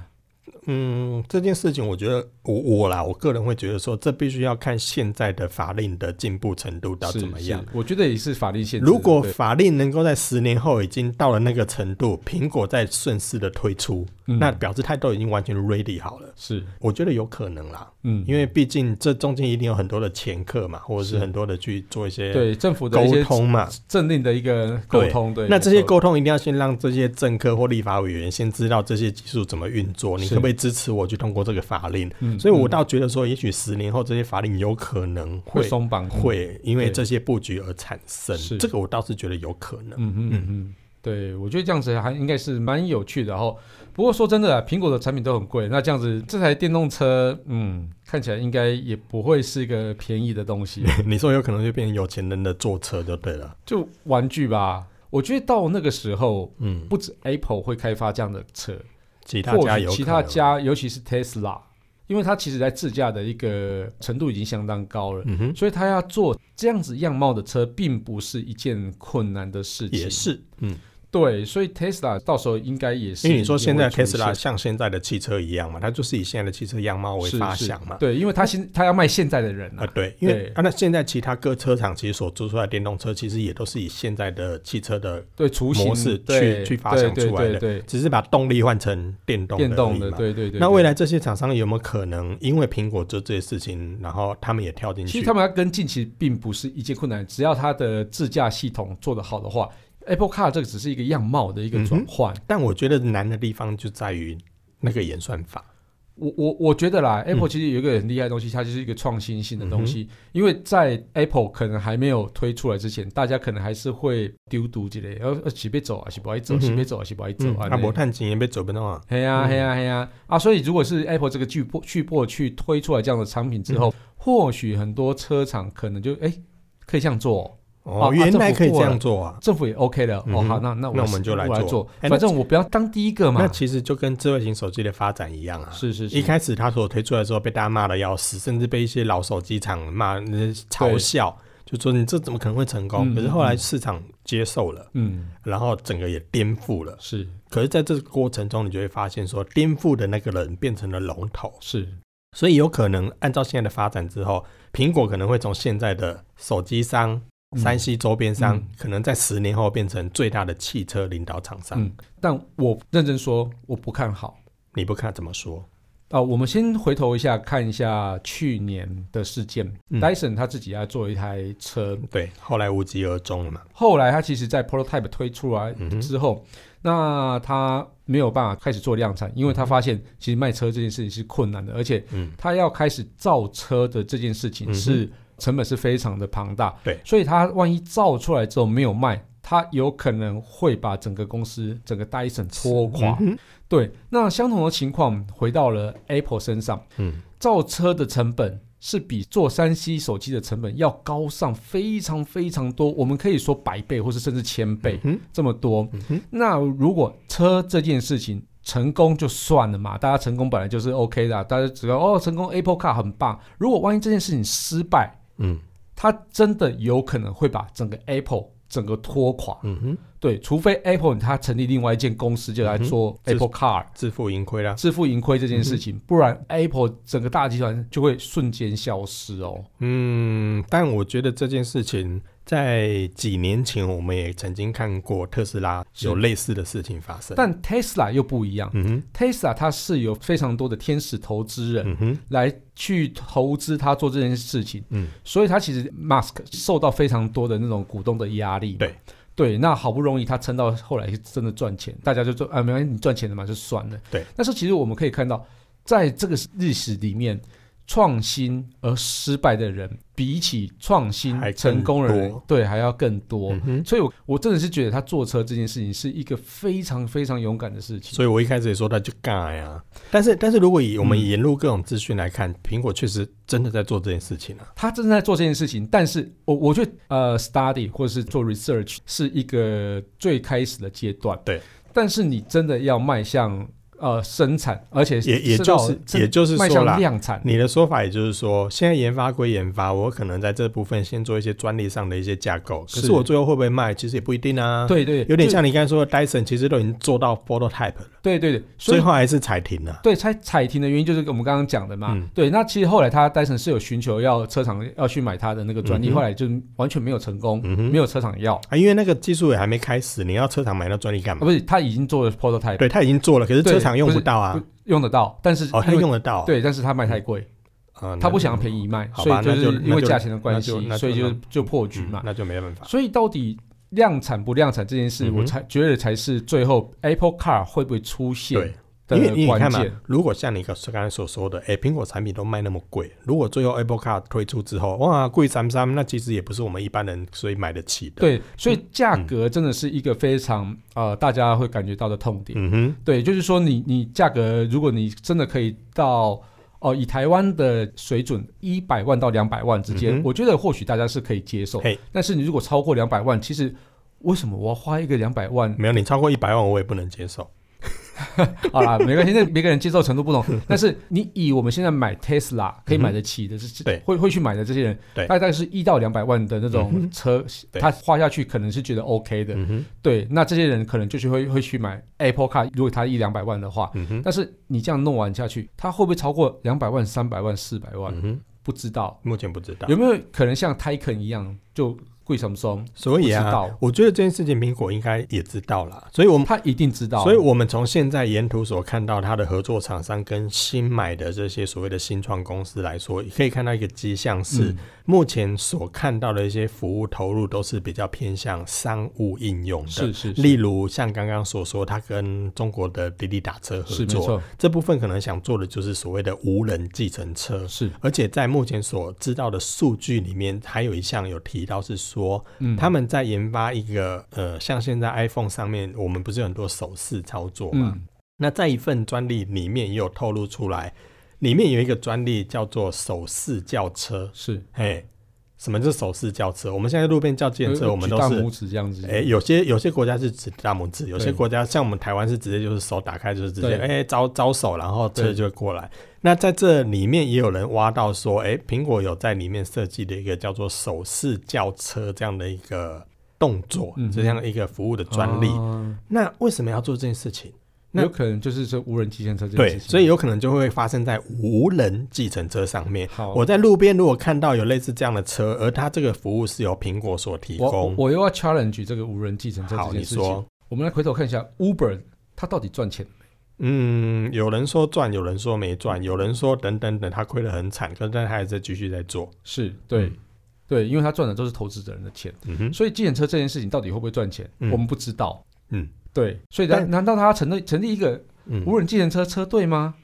Speaker 2: 嗯，这件事情我觉得我我啦，我个人会觉得说，这必须要看现在的法令的进步程度到
Speaker 1: 是
Speaker 2: 怎么样。？
Speaker 1: 是我觉得也是法律限制的。
Speaker 2: 如果
Speaker 1: 对
Speaker 2: 法令能够在十年后已经到了那个程度，苹果再顺势的推出，
Speaker 1: 嗯
Speaker 2: 那表示它都已经完全 ready 好了。
Speaker 1: 是
Speaker 2: 我觉得有可能啦，
Speaker 1: 嗯，
Speaker 2: 因为毕竟这中间一定有很多的前客嘛，或者是
Speaker 1: 是
Speaker 2: 很多的去做一些
Speaker 1: 对政府的一
Speaker 2: 沟
Speaker 1: 些
Speaker 2: 通嘛。
Speaker 1: 政令的一个沟通，对，
Speaker 2: 那这些
Speaker 1: 没错
Speaker 2: 沟通一定要先让这些政客或立法委员先知道这些技术怎么运作，你
Speaker 1: 是
Speaker 2: 可不可以支持我去通过这个法令？
Speaker 1: 嗯
Speaker 2: 所以
Speaker 1: 嗯
Speaker 2: 我倒觉得说，也许十年后这些法令有可能
Speaker 1: 会
Speaker 2: 会
Speaker 1: 松绑，
Speaker 2: 会因为
Speaker 1: 对
Speaker 2: 这些布局而产生
Speaker 1: 是，
Speaker 2: 这个我倒是觉得有可能。
Speaker 1: 嗯嗯
Speaker 2: 嗯
Speaker 1: 嗯嗯，对，我觉得这样子还应该是蛮有趣的。然后，不过说真的啊，苹果的产品都很贵，那这样子这台电动车，嗯，看起来应该也不会是一个便宜的东西，
Speaker 2: 你说有可能就变成有钱人的坐车就对了。
Speaker 1: 就玩具吧。我觉得到那个时候，
Speaker 2: 嗯，
Speaker 1: 不止 Apple 会开发这样的车，
Speaker 2: 其他
Speaker 1: 或
Speaker 2: 家
Speaker 1: 许
Speaker 2: 有
Speaker 1: 其
Speaker 2: 可
Speaker 1: 他
Speaker 2: 能，
Speaker 1: 家，尤其是 Tesla，因为它其实在自驾的一个程度已经相当高了。
Speaker 2: 嗯哼，
Speaker 1: 所以它要做这样子样貌的车，并不是一件困难的事情。
Speaker 2: 也是，嗯，
Speaker 1: 对，所以 Tesla 到时候应该也是
Speaker 2: 因
Speaker 1: 也会出现。
Speaker 2: 为你说现在 Tesla 像现在的汽车一样嘛，它就是以现在的汽车样貌为
Speaker 1: 是
Speaker 2: 发
Speaker 1: 是
Speaker 2: 想嘛。
Speaker 1: 对，因为他现他要卖现在的人
Speaker 2: 啊
Speaker 1: 啊，，
Speaker 2: 对，因为
Speaker 1: 对
Speaker 2: 啊，那现在其他各车厂其实所做出来的电动车，其实也都是以现在的汽车的，
Speaker 1: 对雏形
Speaker 2: 模式
Speaker 1: 对
Speaker 2: 去去发
Speaker 1: 对
Speaker 2: 想
Speaker 1: 对
Speaker 2: 出来的
Speaker 1: 对对
Speaker 2: 只是把动力换成电动
Speaker 1: 电
Speaker 2: 而
Speaker 1: 动
Speaker 2: 已
Speaker 1: 的，
Speaker 2: 嘛。
Speaker 1: 对对对。
Speaker 2: 那
Speaker 1: 对
Speaker 2: 未来这些厂商有没有可能因为苹果做这些事情，然后他们也跳进
Speaker 1: 其
Speaker 2: 去
Speaker 1: 实？他们要跟进，其实并不是一件困难，只要它的自驾系统做得好的话，Apple Car 这个只是一个样貌的一个转换。
Speaker 2: 但我觉得难的地方就在于那个演算法。
Speaker 1: 我我我觉得
Speaker 2: 嗯
Speaker 1: 啦，Apple 其实有一个很厉害的东西，它就是一个创新性的东西。因为在 Apple 可能还没有推出来之前，大家可能还是会丢毒之类，呃呃，是别走啊，是不爱走，
Speaker 2: 嗯哼
Speaker 1: 是别走啊，是不爱走啊。
Speaker 2: 那摩探经也被走不动啊。
Speaker 1: 嘿呀，嘿呀，嘿呀！啊，所以如果是 Apple 这个巨破巨破去推出来这样的产品
Speaker 2: 嗯
Speaker 1: 之后，或许很多车厂可能就哎可以这样做哦、啊
Speaker 2: 哦，
Speaker 1: 啊
Speaker 2: 原来
Speaker 1: 政府
Speaker 2: 可以这
Speaker 1: 过了
Speaker 2: 样做啊。
Speaker 1: 政府也 OK 了。
Speaker 2: 嗯
Speaker 1: 哦，
Speaker 2: 哼
Speaker 1: 好，那那我
Speaker 2: 那我们就来
Speaker 1: 来
Speaker 2: 做哎
Speaker 1: 反正我不要当第一个
Speaker 2: 那
Speaker 1: 嘛。
Speaker 2: 其实就跟智慧型手机的发展一样啊。
Speaker 1: 是是
Speaker 2: 一
Speaker 1: 是，
Speaker 2: 开始它所推出来的时候，被大家骂的要死，甚至被一些老手机厂骂、呃嘲笑，就说你这怎么可能会成功？
Speaker 1: 嗯
Speaker 2: 可是后来市场接受了，
Speaker 1: 嗯，
Speaker 2: 然后整个也颠覆了。
Speaker 1: 是
Speaker 2: 可是在这个过程中，你就会发现说，颠覆的那个人变成了龙头，
Speaker 1: 是
Speaker 2: 所以有可能按照现在的发展之后，苹果可能会从现在的手机商、
Speaker 1: 嗯
Speaker 2: 三 C 周边商，
Speaker 1: 嗯
Speaker 2: 可能在十年后变成最大的汽车领导厂商。
Speaker 1: 嗯，但我认真说，我不看好
Speaker 2: 你不看怎么说？
Speaker 1: 啊、我们先回头一下看一下去年的事件、
Speaker 2: 嗯
Speaker 1: d y s o n 他自己要做一台车，
Speaker 2: 对，后来无疾而终了嘛。
Speaker 1: 后来他其实在 prototype 推出来
Speaker 2: 嗯哼
Speaker 1: 之后，那他没有办法开始做量产，因为他发现其实卖车这件事情是困难的，而且
Speaker 2: 嗯
Speaker 1: 他要开始造车的这件事
Speaker 2: 嗯
Speaker 1: 情
Speaker 2: 哼
Speaker 1: 是成本是非常的庞大，
Speaker 2: 对
Speaker 1: 所以他万一造出来之后没有卖，他有可能会把整个公司整个 Dyson 拖垮。
Speaker 2: 嗯哼
Speaker 1: 对，那相同的情况回到了 Apple 身上，
Speaker 2: 嗯，
Speaker 1: 造车的成本是比做三 C 手机的成本要高上非常非常多，我们可以说百倍或是甚至千倍、
Speaker 2: 嗯
Speaker 1: 这么多。
Speaker 2: 嗯哼
Speaker 1: 那如果车这件事情成功就算了嘛，大家成功本来就是 OK 的啊，大家只要哦成功 Apple Car 很棒。如果万一这件事情失败，
Speaker 2: 嗯
Speaker 1: 它真的有可能会把整个 Apple 整个拖垮。
Speaker 2: 嗯哼，
Speaker 1: 对，除非 Apple 它成立另外一间公司就来做
Speaker 2: 嗯哼
Speaker 1: Apple Car，、
Speaker 2: 自负盈亏啦。
Speaker 1: 自负盈亏这件
Speaker 2: 嗯
Speaker 1: 事情，不然 Apple 整个大集团就会瞬间消失哦。
Speaker 2: 嗯，但我觉得这件事情在几年前我们也曾经看过特斯拉有
Speaker 1: 是
Speaker 2: 类似的事情发生。
Speaker 1: 但 Tesla 又不一样、
Speaker 2: 嗯哼
Speaker 1: t e s l a 它是有非常多的天使投资人
Speaker 2: 嗯哼
Speaker 1: 来去投资它做这件事情，
Speaker 2: 嗯
Speaker 1: 所以它其实 Musk 受到非常多的那种股东的压力嘛。
Speaker 2: 对
Speaker 1: 对，那好不容易他撑到后来是真的赚钱，大家就说啊，没关系，你赚钱了嘛，就算了。
Speaker 2: 对，
Speaker 1: 但是其实我们可以看到，在这个历史里面。创新而失败的人，比起创新
Speaker 2: 还更
Speaker 1: 成功的人
Speaker 2: 多，
Speaker 1: 对还要更多。
Speaker 2: 嗯哼。
Speaker 1: 所以我，我真的是觉得他坐车这件事情是一个非常非常勇敢的事情。
Speaker 2: 所以我一开始也说他就尬呀，但是但是如果以我们
Speaker 1: 嗯
Speaker 2: 沿路各种资讯来看，苹果确实真的在做这件事情啊。
Speaker 1: 他正在做这件事情，但是我我觉得呃，study 或者是做 research 是一个最开始的阶段。
Speaker 2: 对，
Speaker 1: 但是你真的要迈向呃生产，而且
Speaker 2: 也也就是
Speaker 1: 甚
Speaker 2: 也就是
Speaker 1: 迈
Speaker 2: 说啦
Speaker 1: 向，量产。
Speaker 2: 你的说法也就是说，现在研发归研发，我可能在这部分先做一些专利上的一些架构，可是
Speaker 1: 是
Speaker 2: 我最后会不会卖，其实也不一定啊。，
Speaker 1: 对对，
Speaker 2: 有点
Speaker 1: 就
Speaker 2: 像你刚才说的，Dyson 其实都已经做到 prototype 了，
Speaker 1: 对对对，所
Speaker 2: 最
Speaker 1: 以
Speaker 2: 后还是踩停了。
Speaker 1: 对才踩停的原因就是我们刚刚讲的嘛。
Speaker 2: 嗯
Speaker 1: 对，那其实后来他戴森是有寻求要车厂要去买他的那个专利，
Speaker 2: 嗯哼
Speaker 1: 后来就完全没有成功，
Speaker 2: 嗯哼，
Speaker 1: 没
Speaker 2: 有
Speaker 1: 有车厂要。
Speaker 2: 啊，因为那个技术也还没开始，你要车厂买那专利干
Speaker 1: 啊，
Speaker 2: 嘛？
Speaker 1: 不是，他已经做了 prototype，
Speaker 2: 对，他已经做了，可是
Speaker 1: 对
Speaker 2: 车厂用
Speaker 1: 不
Speaker 2: 不
Speaker 1: 是
Speaker 2: 到啊
Speaker 1: 不。用得到，但是
Speaker 2: 哦，他
Speaker 1: 因为
Speaker 2: 用得到啊。
Speaker 1: 对，但是他卖太贵，
Speaker 2: 啊，
Speaker 1: 他不想
Speaker 2: 想
Speaker 1: 要便宜卖，
Speaker 2: 好
Speaker 1: 所
Speaker 2: 吧
Speaker 1: 以就
Speaker 2: 那就是
Speaker 1: 因
Speaker 2: 那
Speaker 1: 为
Speaker 2: 就
Speaker 1: 价钱的关系
Speaker 2: 那就那，就
Speaker 1: 所以就就破局
Speaker 2: 嗯
Speaker 1: 嘛。
Speaker 2: 那就没办法。
Speaker 1: 所以到底量产不量产这件事，
Speaker 2: 嗯哼
Speaker 1: 我才觉得才是最后 Apple Car 会不会出
Speaker 2: 对
Speaker 1: 现，
Speaker 2: 因为
Speaker 1: 的
Speaker 2: 你
Speaker 1: 呃关
Speaker 2: 看嘛
Speaker 1: 键。，
Speaker 2: 如果像你刚刚才所说的，哎，苹果产品都卖那么贵，如果最后 Apple Car 推出之后，哇，贵三三，那其实也不是我们一般人所以买得起的。，
Speaker 1: 对，所
Speaker 2: 嗯
Speaker 1: 以价格真的是一个非常呃大家会感觉到的痛点。
Speaker 2: 嗯哼，
Speaker 1: 对，就是说你你价格，如果你真的可以到哦、以台湾的水准一百万到两百万之间，
Speaker 2: 嗯哼
Speaker 1: 我觉得或许大家是可以接受
Speaker 2: 嘿。
Speaker 1: 但是你如果超过两百万，其实为什么我要花一个两百万？
Speaker 2: 没有你超过一百万，我也不能接受。
Speaker 1: 好啦，没关系，那每个人接受程度 不同。但是你以我们现在买 Tesla 可以买得起的，是、
Speaker 2: 对
Speaker 1: 会会去买的这些人，
Speaker 2: 对
Speaker 1: 大概是一到两百万的那
Speaker 2: 嗯
Speaker 1: 种
Speaker 2: 哼
Speaker 1: 车，
Speaker 2: 对
Speaker 1: 他花下去可能是觉得 OK 的。
Speaker 2: 嗯哼，
Speaker 1: 对，那这些人可能就是会会去买 Apple Car，如果他一两百万的话，
Speaker 2: 嗯哼，
Speaker 1: 但是你这样弄完下去，它会不会超过两百万、三百万、四百万？
Speaker 2: 嗯哼，
Speaker 1: 不知道
Speaker 2: 目前不知道。
Speaker 1: 有没有可能像 Titan 一样就贵什么松？
Speaker 2: 所以
Speaker 1: 不知
Speaker 2: 啊
Speaker 1: 道，
Speaker 2: 我觉得这件事情苹果应该也知道啦，所以我们。
Speaker 1: 他一定知道。
Speaker 2: 所以，我们从现在沿途所看到它的合作厂商跟新买的这些所谓的新创公司来说，可以看到一个迹象是，
Speaker 1: 嗯
Speaker 2: 目前所看到的一些服务投入都是比较偏向商务应用的。
Speaker 1: 是是是
Speaker 2: 例如像刚刚所说，它跟中国的滴滴打车
Speaker 1: 是
Speaker 2: 合
Speaker 1: 没
Speaker 2: 作，
Speaker 1: 错，
Speaker 2: 这部分可能想做的就是所谓的无人计程车。
Speaker 1: 是
Speaker 2: 而且在目前所知道的数据里面，还有一项有提到是说，
Speaker 1: 嗯，
Speaker 2: 他们在研发一个呃，像现在 iPhone 上面，我们不是有很多手势操作嘛？
Speaker 1: 嗯
Speaker 2: 那在一份专利里面也有透露出来，里面有一个专利叫做手势轿车，
Speaker 1: 是
Speaker 2: 嘿，什么是手势轿车？我们现在路边叫计程车，
Speaker 1: 呃
Speaker 2: 我们
Speaker 1: 举
Speaker 2: 都
Speaker 1: 大
Speaker 2: 是
Speaker 1: 拇指这样子。
Speaker 2: 哎、有些有些国家是指大拇指，有些
Speaker 1: 对
Speaker 2: 国家像我们台湾是直接就是手打开就是直接
Speaker 1: 对
Speaker 2: 哎、招招手，然后车
Speaker 1: 对
Speaker 2: 就会过来。那在这里面也有人挖到说，哎、苹果有在里面设计的一个叫做手势轿车这样的一个动作
Speaker 1: 嗯哼
Speaker 2: 这样一个服务的专利。
Speaker 1: 啊
Speaker 2: 那为什么要做这件事情？那
Speaker 1: 有可能就是这无人机行车这件
Speaker 2: 对，
Speaker 1: 事情。
Speaker 2: 所以有可能就会发生在无人计程车上面。
Speaker 1: 好，
Speaker 2: 我在路边如果看到有类似这样的车，而它这个服务是由苹果所提
Speaker 1: 我我
Speaker 2: 供，
Speaker 1: 我又要 challenge 这个无人计程车
Speaker 2: 好，
Speaker 1: 这
Speaker 2: 你
Speaker 1: 件事情。
Speaker 2: 说，
Speaker 1: 我们来回头看一下 Uber 它到底赚钱？
Speaker 2: 嗯，有人说赚，有人说没赚，有人说等等等，他亏得很惨，可是但他还是继续在做。
Speaker 1: 是对、
Speaker 2: 嗯
Speaker 1: 对，因为它赚的都是投资人的钱，
Speaker 2: 嗯哼，
Speaker 1: 所以计程车这件事情到底会不会赚钱，
Speaker 2: 嗯
Speaker 1: 我们不知道。
Speaker 2: 嗯，
Speaker 1: 对，所以难
Speaker 2: 但
Speaker 1: 难道它成立成立一个
Speaker 2: 嗯
Speaker 1: 无人计程车车队吗？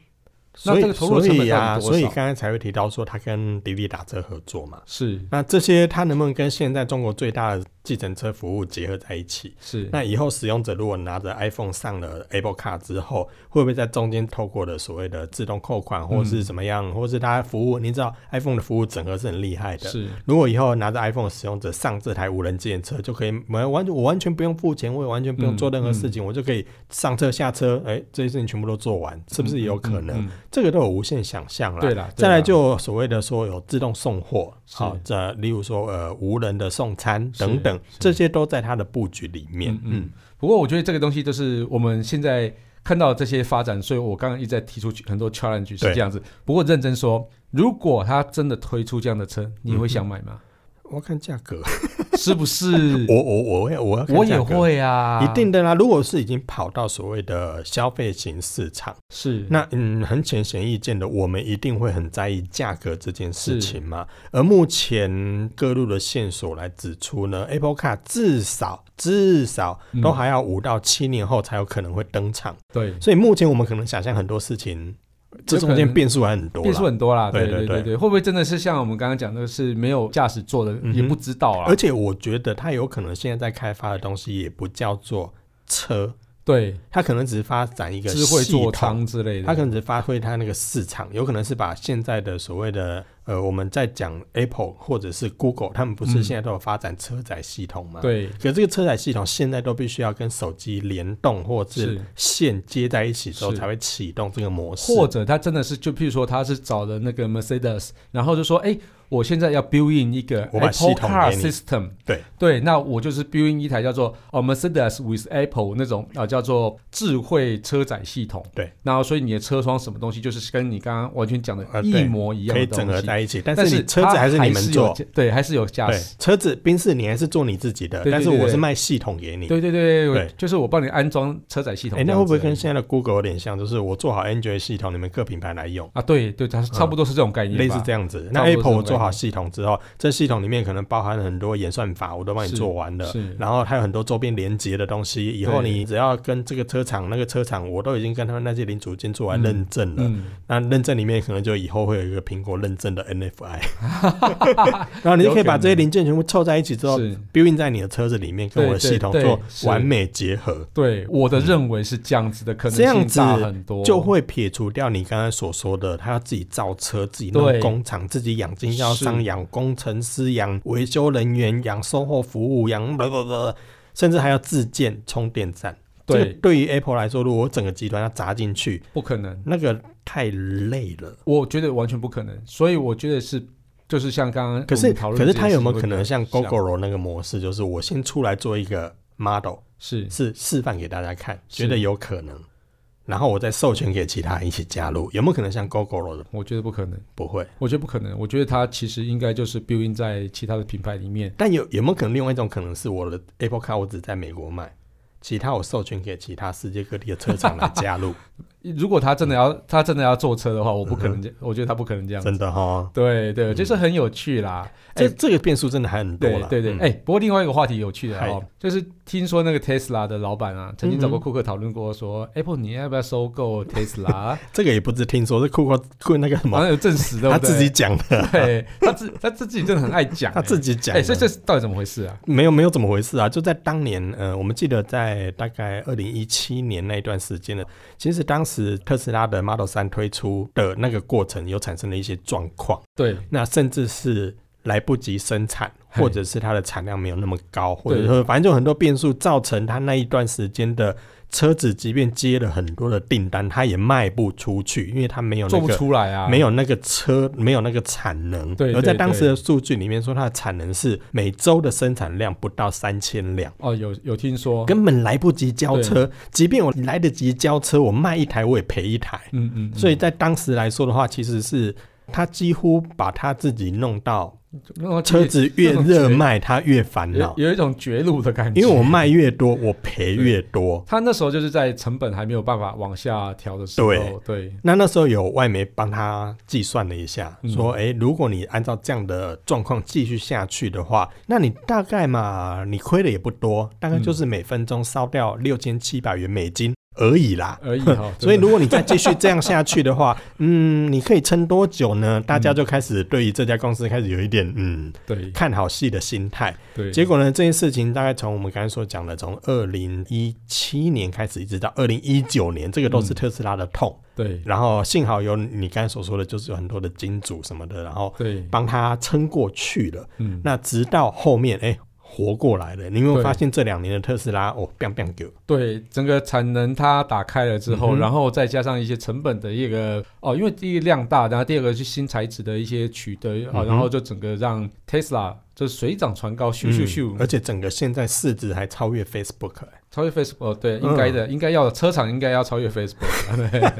Speaker 1: 那
Speaker 2: 所以
Speaker 1: 这个投入的成
Speaker 2: 所
Speaker 1: 本
Speaker 2: 以
Speaker 1: 到
Speaker 2: 啊，
Speaker 1: 底多
Speaker 2: 所以
Speaker 1: 少
Speaker 2: 刚才才会提到说他跟滴滴打车合作嘛。
Speaker 1: 是
Speaker 2: 那这些它能不能跟现在中国最大的计程车服务结合在一起？
Speaker 1: 是，
Speaker 2: 那以后使用者如果拿着 iPhone 上了 Apple Car 之后，会不会在中间透过了所谓的自动扣款，或是怎么样，或是它的服务？你知道 iPhone 的服务整合是很厉害的。
Speaker 1: 是
Speaker 2: 如果以后拿着 iPhone 使用者上这台无人机车，就可以完完我完全不用付钱，我也完全不用做任何事
Speaker 1: 嗯
Speaker 2: 情，我就可以上车下车，哎、这些事情全部都做完，是不是有可能？
Speaker 1: 嗯嗯嗯
Speaker 2: 这个都有无限想象啦。
Speaker 1: 对啦，对
Speaker 2: 再
Speaker 1: 啦
Speaker 2: 来就有所谓的说有自动送货，
Speaker 1: 是
Speaker 2: 好，这例如说呃无人的送餐
Speaker 1: 是
Speaker 2: 等等，
Speaker 1: 是
Speaker 2: 这些都在它的布局里面
Speaker 1: 嗯。嗯，不过我觉得这个东西就是我们现在看到这些发展，所以我刚刚一直在提出很多 challenge 是
Speaker 2: 对
Speaker 1: 这样子。不过认真说，如果他真的推出这样的车，你会想买吗？
Speaker 2: 我看价格，
Speaker 1: 是不是？
Speaker 2: 我我我会嗯 我要看
Speaker 1: 我
Speaker 2: 价
Speaker 1: 也
Speaker 2: 格。
Speaker 1: 会啊，
Speaker 2: 一定的啦，如果是已经跑到所谓的消费型市场，
Speaker 1: 是
Speaker 2: 那嗯，很显显意见的，我们一定会很在意价格这件事
Speaker 1: 是
Speaker 2: 情嘛。而目前各路的线索来指出呢，Apple Car 至少至少
Speaker 1: 嗯
Speaker 2: 都还啊要五到七年后才有可能会登场。
Speaker 1: 对。
Speaker 2: 所以目前我们可能想象很多事情，这中间变数还很多啦
Speaker 1: 变数很多啦，
Speaker 2: 对
Speaker 1: 对
Speaker 2: 对
Speaker 1: 对
Speaker 2: 对
Speaker 1: 对，会不会真的是像我们刚刚讲的是没有驾驶座的，
Speaker 2: 嗯哼
Speaker 1: 也不知道啊
Speaker 2: 而。且我觉得它有可能现在在开发的东西也不叫做车，
Speaker 1: 对，
Speaker 2: 它可能只是发展一个
Speaker 1: 智慧
Speaker 2: 系统
Speaker 1: 座舱之类的，
Speaker 2: 它可能只是发挥它那个市场，有可能是把现在的所谓的呃，我们在讲 Apple 或者是 Google，他们不是
Speaker 1: 嗯
Speaker 2: 现在都有发展车载系统吗？。
Speaker 1: 对
Speaker 2: 可是这个车载系统现在都必须要跟手机联动，或是
Speaker 1: 是
Speaker 2: 线接在一起之后
Speaker 1: 是
Speaker 2: 才会启动这个模式。
Speaker 1: 或者他真的是，就譬如说他是找了那个 Mercedes，然后就说，哎、我现在要 build in 一个
Speaker 2: 我把
Speaker 1: Apple
Speaker 2: 系统
Speaker 1: Car
Speaker 2: 给你
Speaker 1: System，
Speaker 2: 对
Speaker 1: 对，那我就是 build in 一台叫做哦 Mercedes with Apple 那种啊、叫做智慧车载系统，
Speaker 2: 对，
Speaker 1: 然后所以你的车窗什么东西就是跟你刚刚完全讲的
Speaker 2: 啊对
Speaker 1: 一模一样
Speaker 2: 可
Speaker 1: 的
Speaker 2: 以
Speaker 1: 东西，
Speaker 2: 整合在一起，但
Speaker 1: 但
Speaker 2: 是你车子
Speaker 1: 它还
Speaker 2: 还是你们
Speaker 1: 有
Speaker 2: 做，
Speaker 1: 驾，对，还是有驾
Speaker 2: 对
Speaker 1: 驶。，
Speaker 2: 车子宾士你还是做你自己的，
Speaker 1: 对对
Speaker 2: 但是
Speaker 1: 对对
Speaker 2: 我是卖系统给你。
Speaker 1: 对对对，我
Speaker 2: 对
Speaker 1: 就是我帮你安装车载系统
Speaker 2: 哎、
Speaker 1: 这样子而
Speaker 2: 那
Speaker 1: 已。
Speaker 2: 会不会跟现在的 Google 有点像？就是我做好 Android 系统，你们各品牌来用，
Speaker 1: 啊？对对，它差不多是这种概念吧，
Speaker 2: 类似这样子。那
Speaker 1: 差不多是这
Speaker 2: Apple
Speaker 1: 种
Speaker 2: 我做好系统之后，这系统里面可能包含很多演算法，我都帮你做完了。
Speaker 1: 是
Speaker 2: 然后还有很多周边连接的东西，以后
Speaker 1: 对
Speaker 2: 你只要跟这个车厂、那个车厂，我都已经跟他们那些零组件做完
Speaker 1: 嗯
Speaker 2: 认证了。
Speaker 1: 嗯，
Speaker 2: 那认证里面可能就以后会有一个苹果认 证的 NFI，然后你就可以把这些零件全部凑在一起之后
Speaker 1: 是
Speaker 2: built in 在你的车子里面，跟我的
Speaker 1: 对对
Speaker 2: 系统
Speaker 1: 对
Speaker 2: 做
Speaker 1: 是
Speaker 2: 完美结合，
Speaker 1: 对，我的认为是这样子的，可
Speaker 2: 这
Speaker 1: 能
Speaker 2: 样
Speaker 1: 性
Speaker 2: 子
Speaker 1: 大很多，
Speaker 2: 就会撇除掉你刚才所说的，他要自己造车、自己弄
Speaker 1: 对
Speaker 2: 工厂、自己养经销商、
Speaker 1: 是
Speaker 2: 养工程师、养维修人员、养售后服务、养 不不不，甚至还要自建充电站。这个
Speaker 1: 对，
Speaker 2: 对于 Apple 来说，如果我整个集团要砸进去，
Speaker 1: 不可能，
Speaker 2: 那个太累了。
Speaker 1: 我觉得完全不可能，所以我觉得是就是像刚刚
Speaker 2: 可
Speaker 1: 我
Speaker 2: 是
Speaker 1: 们讨论
Speaker 2: 可是
Speaker 1: 这件
Speaker 2: 它有没有
Speaker 1: 事
Speaker 2: 可能像
Speaker 1: 会比较
Speaker 2: GoGoRo 那个模式，就是我先出来做一个 model，
Speaker 1: 是
Speaker 2: 是示范给大家看，
Speaker 1: 嗯是
Speaker 2: 觉得有可能，然后我再授权给其他人一起加入，有没有可能像 GoGoRo 的？
Speaker 1: 我觉得不可能，
Speaker 2: 不会。
Speaker 1: 我觉得不可能，我觉得它其实应该就是 build in 在其他的品牌里面，
Speaker 2: 但有有没有可能另外一种可能是我的 Apple Car 我只在美国卖，其他我授权给其他世界各地的车厂来 加入，
Speaker 1: 如果它真的要它真的要坐车的话，我不可能这，我觉得它不可能这样子，
Speaker 2: 嗯真的哈。
Speaker 1: 对对，就是很有趣啦，
Speaker 2: 这这个变数真的还很多
Speaker 1: 对
Speaker 2: 了。
Speaker 1: 对对，
Speaker 2: 嗯
Speaker 1: 哎、不过另外一个话题有趣的哦
Speaker 2: 嗨，
Speaker 1: 就是听说那个 Tesla 的老板啊，曾经找过
Speaker 2: 嗯哼
Speaker 1: 库克讨论过说、a p p l e 你要不要收 购 Tesla？
Speaker 2: 这个也不是听说，是酷酷酷那个什
Speaker 1: 好
Speaker 2: 么，
Speaker 1: 像有证实的，
Speaker 2: 他自己讲的，
Speaker 1: 对，他自他自己真的很爱讲、
Speaker 2: 他自己讲
Speaker 1: 哎、
Speaker 2: 的。
Speaker 1: 所以这是到底怎么回事啊？
Speaker 2: 没有没有怎么回事啊，就在当年，呃，我们记得在大概二零一七年那一段时间呢，其实当时特斯拉的 Model 三推出的那个过程有产生了一些状况。
Speaker 1: 对，
Speaker 2: 那甚至是来不及生产，
Speaker 1: 嘿
Speaker 2: 或者是它的产量没有那么高，或
Speaker 1: 对
Speaker 2: 者说反正就很多变数，造成它那一段时间的车子即便接了很多的订单，它也卖不出去，因为它没有那
Speaker 1: 做不
Speaker 2: 个
Speaker 1: 出来啊，
Speaker 2: 没有那个车，没有那个产能。
Speaker 1: 对
Speaker 2: 而在
Speaker 1: 对
Speaker 2: 当时
Speaker 1: 对
Speaker 2: 的数据里面说，它的产能是每周的生产量不到三千辆，
Speaker 1: 哦，有有听说，
Speaker 2: 根本来不及交车。即便我来得及交车，我卖一台我也赔一台。
Speaker 1: 嗯嗯，嗯
Speaker 2: 所以在当时来说的话，其实是他几乎把他自己弄到
Speaker 1: 那种
Speaker 2: 车子越
Speaker 1: 那种
Speaker 2: 热
Speaker 1: 绝
Speaker 2: 卖，他越烦恼
Speaker 1: 有，有一种绝路的感觉，
Speaker 2: 因为我卖越多，我赔越多。
Speaker 1: 他那时候就是在成本还没有办法往下调的时候，
Speaker 2: 对
Speaker 1: 对，
Speaker 2: 那那时候有外媒帮他计算了一下，
Speaker 1: 嗯
Speaker 2: 说，诶，如果你按照这样的状况继续下去的话，那你大概嘛，你亏的也不多，大概就是每分钟烧掉六千七百元美金而已啦。
Speaker 1: 而已哈。
Speaker 2: 所以，
Speaker 1: 真的
Speaker 2: 如果你再继续这样下去的 话，嗯，你可以撑多久呢？大家就开始对于这家公司开始有一点嗯
Speaker 1: 对
Speaker 2: 看好戏的心态。
Speaker 1: 对，
Speaker 2: 结果呢，这件事情大概从我们刚才所讲的，从二零一七年开始，一直到二零一九年，这个都
Speaker 1: 嗯
Speaker 2: 是特斯拉的痛。
Speaker 1: 对
Speaker 2: 然后幸好有你刚才所说的，就是有很多的金主什么的，然后
Speaker 1: 对，
Speaker 2: 帮他撑过去了。
Speaker 1: 嗯，
Speaker 2: 那直到后面，哎、活过来了。你有没有
Speaker 1: 对嗯
Speaker 2: 发现这两年的特斯拉，哦，biang biang 给
Speaker 1: 对整个产能它打开了之后，
Speaker 2: 嗯哼
Speaker 1: 然后再加上一些成本的一个哦，因为第一量大，然后第二个是新材质的一些取得
Speaker 2: 嗯
Speaker 1: 啊，
Speaker 2: 哼
Speaker 1: 然后就整个让 Tesla 就水涨船高，咻咻
Speaker 2: 嗯
Speaker 1: 咻，
Speaker 2: 而且整个现在市值还超越 Facebook、哎
Speaker 1: 超越 Facebook，哦对，
Speaker 2: 嗯
Speaker 1: 应该的，应该要的，车厂应该要超越 Facebook，对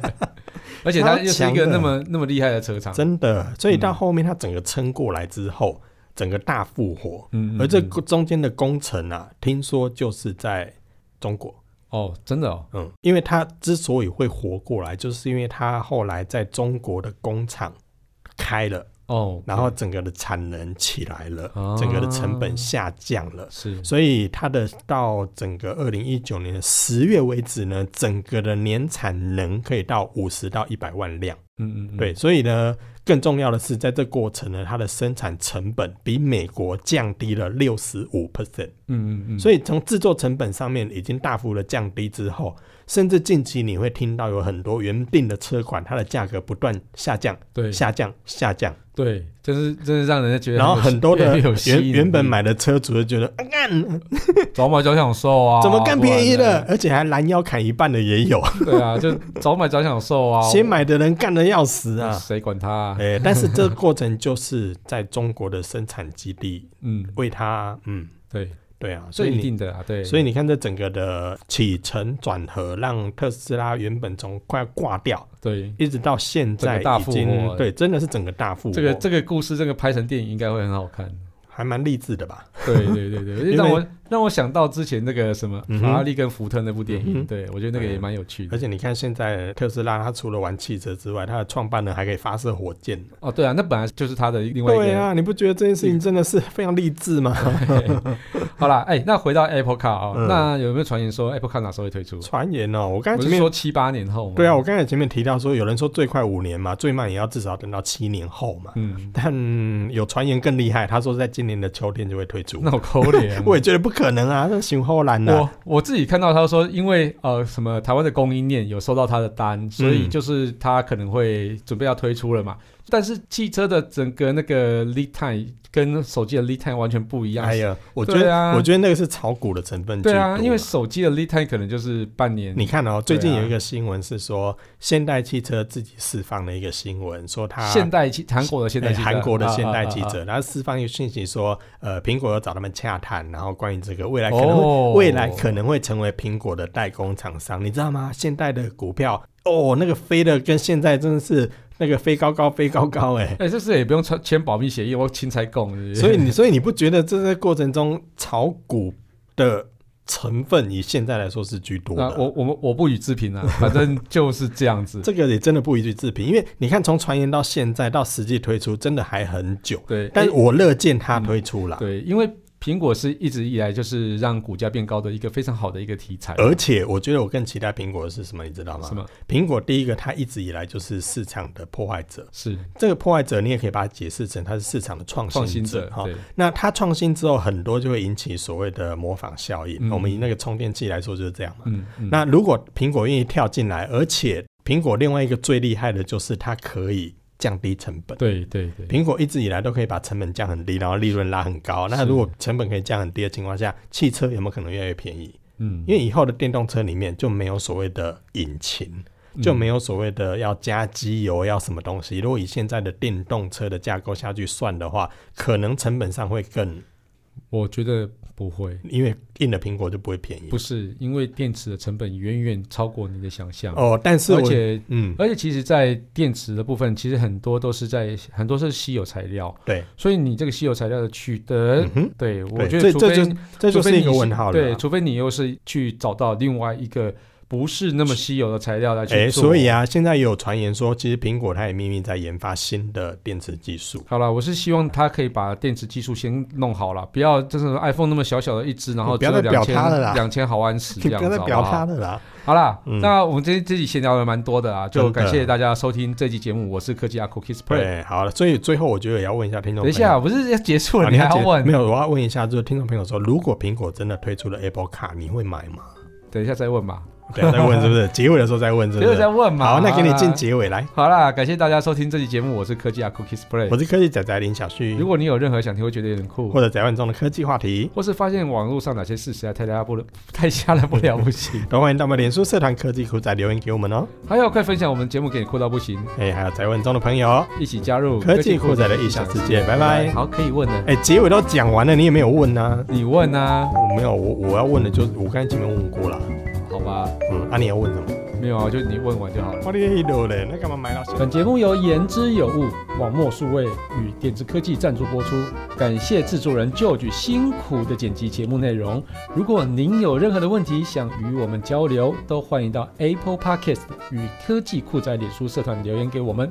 Speaker 1: 而且它又是一
Speaker 2: 超强
Speaker 1: 个
Speaker 2: 的
Speaker 1: 那么那么厉害的车厂，
Speaker 2: 真的。所以到
Speaker 1: 嗯
Speaker 2: 后面它整个撑过来之后，整个大复活。
Speaker 1: 嗯，嗯
Speaker 2: 而这
Speaker 1: 嗯
Speaker 2: 中间的工程啊，听说就是在中国。
Speaker 1: 哦，真的哦，
Speaker 2: 嗯，因为他之所以会活过来，就是因为他后来在中国的工厂开了，
Speaker 1: 哦，
Speaker 2: 然后整个的产能起来了，
Speaker 1: 哦
Speaker 2: 整个的成本下降了。
Speaker 1: 是
Speaker 2: 所以它的到整个二零一九年十月为止呢，整个的年产能可以到五十到一百万辆。
Speaker 1: 嗯嗯嗯，
Speaker 2: 对，所以呢，更重要的是，在这过程呢，它的生产成本比美国降低了六十五 percent。
Speaker 1: 嗯嗯嗯，
Speaker 2: 所
Speaker 1: 以
Speaker 2: 以从制作成本上面已经大幅的降低之后，甚至近期你会听到有很多原定的车款，它的价格不断下降、
Speaker 1: 对
Speaker 2: 下降、下降，
Speaker 1: 对，真是真是让人家觉得
Speaker 2: 然后很多
Speaker 1: 有
Speaker 2: 的
Speaker 1: 有吸
Speaker 2: 原
Speaker 1: 引
Speaker 2: 原本
Speaker 1: 力
Speaker 2: 买的车主就觉得，啊，干
Speaker 1: 早买早享受啊，
Speaker 2: 怎么干便宜
Speaker 1: 不然
Speaker 2: 了
Speaker 1: 呢？？
Speaker 2: 而且还拦腰砍一半的也有，
Speaker 1: 对啊，就早买早享受啊，
Speaker 2: 先买的人干的要死
Speaker 1: 我
Speaker 2: 啊！
Speaker 1: 谁管他啊？
Speaker 2: 哎，但是这个过程就是在中国的生产基地
Speaker 1: 嗯，
Speaker 2: 为它，嗯，
Speaker 1: 对，
Speaker 2: 对啊，所
Speaker 1: 这
Speaker 2: 以
Speaker 1: 一
Speaker 2: 你
Speaker 1: 定的啊，对，
Speaker 2: 所以
Speaker 1: 以
Speaker 2: 你看，这整个的起承转合，让特斯拉原本从快要挂掉，
Speaker 1: 对
Speaker 2: 一直到现在
Speaker 1: 整个大
Speaker 2: 已
Speaker 1: 复活
Speaker 2: 经对，真的是整个大复活，
Speaker 1: 这个这个故事，这个拍成电影应该会很好 看。
Speaker 2: 还蛮励志的吧？
Speaker 1: 对对对对，
Speaker 2: 为
Speaker 1: 让我让我想到之前那个什么
Speaker 2: 嗯哼
Speaker 1: 法拉利跟福特那部电
Speaker 2: 嗯哼哎
Speaker 1: 影，对我觉得那个也蛮有趣
Speaker 2: 而
Speaker 1: 的。
Speaker 2: 且你看，现在特斯拉它除了玩汽车之外，它的创办人还可以发射火箭。
Speaker 1: 哦，对啊，那本来就是他的另外一
Speaker 2: 对
Speaker 1: 个。
Speaker 2: 啊，你不觉得这件事情真的是非常励 志吗？
Speaker 1: 好啦，哎，那回到 Apple Car
Speaker 2: 嗯
Speaker 1: 哦，那有没有传言说 Apple Car 哪时候会推出？
Speaker 2: 传言哦，我刚
Speaker 1: 不
Speaker 2: 才
Speaker 1: 是
Speaker 2: 前面
Speaker 1: 说七八年后吗？
Speaker 2: 对啊，我刚才前面提到说，有人说最快五年嘛，最慢也要至少等到七年后嘛。
Speaker 1: 嗯，
Speaker 2: 但有传言更厉害，他说在今年的秋天就会推出。
Speaker 1: 那我抠脸
Speaker 2: 。我也觉得不可能啊，这熊后兰的。
Speaker 1: 我我自己看到他说，因为呃什么台湾的供应链有收到他的单，所
Speaker 2: 嗯
Speaker 1: 以就是他可能会准备要推出了嘛。但是汽车的整个那个 lead time 跟手机的 lead time 完全不一样。
Speaker 2: 哎呀，我觉
Speaker 1: 对
Speaker 2: 得、
Speaker 1: 啊
Speaker 2: 我觉得那个是炒股的成分居
Speaker 1: 对
Speaker 2: 多
Speaker 1: 啊，因为手机的 lead time 可能就是半年。
Speaker 2: 你看哦，最近
Speaker 1: 对啊
Speaker 2: 有一个新闻是说，现代汽车自己释放了一个新闻，说它
Speaker 1: 现代汽韩国的现代
Speaker 2: 啊哎
Speaker 1: 汽车，
Speaker 2: 韩国的现代
Speaker 1: 啊
Speaker 2: 汽，
Speaker 1: 啊啊
Speaker 2: 车，然后释放一个讯息说，呃，苹果有找他们洽谈，然后关于这个未来哎可能会、
Speaker 1: 哦，
Speaker 2: 未来可能会成为苹果的代工厂商，你知道吗？现代的股票哦，那个飞的跟现在真的是那个飞高高飞高高哎、
Speaker 1: 哎，这是也不用签签保密协议，我钦差供。是不是
Speaker 2: 所以你，所以你不觉得这在过程中炒股的成分以现在来说是居多的？
Speaker 1: 那我我们我不予置评啊，反正就是这样 子。
Speaker 2: 这个也真的不一句置评，因为你看从传言到现在到实际推出，真的还很久。
Speaker 1: 对，
Speaker 2: 但
Speaker 1: 哎
Speaker 2: 我乐见它推出了，
Speaker 1: 嗯对，因为苹果是一直以来就是让股价变高的一个非常好的一个题材。
Speaker 2: 而且我觉得我更期待苹果的是什么，你知道吗
Speaker 1: 什？么？
Speaker 2: 苹果第一个，它一直以来就是市场的破坏者。
Speaker 1: 是
Speaker 2: 这个破坏者，你也可以把它解释成它是市场的创
Speaker 1: 创
Speaker 2: 新
Speaker 1: 新
Speaker 2: 者
Speaker 1: 者
Speaker 2: 哈。
Speaker 1: 对，
Speaker 2: 那它创新之后，很多就会引起所谓的模仿效应。
Speaker 1: 嗯
Speaker 2: 我们以那个充电器来说，就是这样嘛。
Speaker 1: 嗯，嗯
Speaker 2: 那如果苹果愿意跳进来，而且苹果另外一个最厉害的就是它可以降低成本。
Speaker 1: 对对对，
Speaker 2: 苹果一直以来都可以把成本降很低，然后利润拉很高。那
Speaker 1: 是
Speaker 2: 如果成本可以降很低的情况下，汽车有没有可能越来越便宜？
Speaker 1: 嗯，
Speaker 2: 因为以后的电动车里面就没有所谓的引擎，
Speaker 1: 嗯
Speaker 2: 就没有所谓的要加机油要什么东西。如果以现在的电动车的架构下去算的话，可能成本上会更，
Speaker 1: 嗯我觉得不会，
Speaker 2: 因为硬的苹果就不会便宜。
Speaker 1: 不是因为电池的成本远远超过你的想象，
Speaker 2: 哦，但是
Speaker 1: 而
Speaker 2: 我
Speaker 1: 且
Speaker 2: 嗯，
Speaker 1: 而且其实，在电池的部分，其实很多都是在很多是稀有材料，
Speaker 2: 对，
Speaker 1: 所以你这个稀有材料的取得，
Speaker 2: 嗯哼，
Speaker 1: 对我
Speaker 2: 对
Speaker 1: 觉得
Speaker 2: 这
Speaker 1: 除
Speaker 2: 这
Speaker 1: 非
Speaker 2: 就这
Speaker 1: 除
Speaker 2: 就
Speaker 1: 非
Speaker 2: 是
Speaker 1: 你
Speaker 2: 一个问号了
Speaker 1: 对，
Speaker 2: 啦。
Speaker 1: 呃除非你又是去找到另外一个不是那么稀有的材料来去
Speaker 2: 哎，
Speaker 1: 做。
Speaker 2: 所以，啊，现在也有传言说，其实苹果它也秘密在研发新的电池技术。
Speaker 1: 好了，我是希望他可以把电池技术先弄好了，不要就是 iPhone 那么小小的一只，然后只
Speaker 2: 你不要
Speaker 1: 有
Speaker 2: 再表
Speaker 1: 两千
Speaker 2: 他了啦
Speaker 1: 两千毫安时
Speaker 2: 你
Speaker 1: 这样
Speaker 2: 不
Speaker 1: 子。
Speaker 2: 要再表
Speaker 1: 好不好
Speaker 2: 它了啦。
Speaker 1: 好啦，
Speaker 2: 嗯
Speaker 1: 那我们这这集闲聊了蛮多的啊，就
Speaker 2: 真的
Speaker 1: 感谢大家收听这期节目，我是科技阿 Cookies Play。
Speaker 2: 对，好了，所以最后我觉得也要问一下听众
Speaker 1: 等
Speaker 2: 朋
Speaker 1: 一
Speaker 2: 友。
Speaker 1: 下，不是要结束
Speaker 2: 啊
Speaker 1: 了，你还要
Speaker 2: 了解没
Speaker 1: 问？
Speaker 2: 有，我要问一下，就是听众朋友说，如果苹果真的推出了 Apple Car，你会买吗？
Speaker 1: 等一下再问嘛，
Speaker 2: 等一下再问 是不是？结尾的时候再问是
Speaker 1: 等一
Speaker 2: 不
Speaker 1: 下再
Speaker 2: 是？
Speaker 1: 问嘛。
Speaker 2: 好，那给你进
Speaker 1: 节。
Speaker 2: 结尾来。
Speaker 1: 好啦，感谢大家收听这期节目，我是科技阿 Cookies Play。
Speaker 2: 我是科技仔仔林小旭
Speaker 1: 如，果你有任何想听，会觉得有点酷
Speaker 2: 或，者宅万中的科技话题，
Speaker 1: 或是发现网络上哪些事实在太 瞎不太瞎了不了不行，
Speaker 2: 都欢迎到我们脸书社团科技酷仔留言给我们哦。
Speaker 1: 还有快分享我们节目给你酷到不行，
Speaker 2: 哎，还有宅万中的朋友哦，
Speaker 1: 一起加入
Speaker 2: 科技酷仔的异想世界，拜拜。
Speaker 1: 好，可以问的，
Speaker 2: 哎，结尾都讲完了，你也没有问呐、
Speaker 1: 你问啊，
Speaker 2: 我没有，我我要问的就是我刚才前面问过了，
Speaker 1: 好吧？
Speaker 2: 嗯，啊，你要问什么？
Speaker 1: 没有啊，就你问完就好了。
Speaker 2: 我的黑豆嘞，那干嘛买到现在
Speaker 4: 本节目由言之有物、网墨数位与点子科技赞助播出，感谢制作人 George 辛苦的剪辑节目内容。如果您有任何的问题想与我们交流，都欢迎到 Apple Podcast 与科技酷仔脸书社团留言给我们。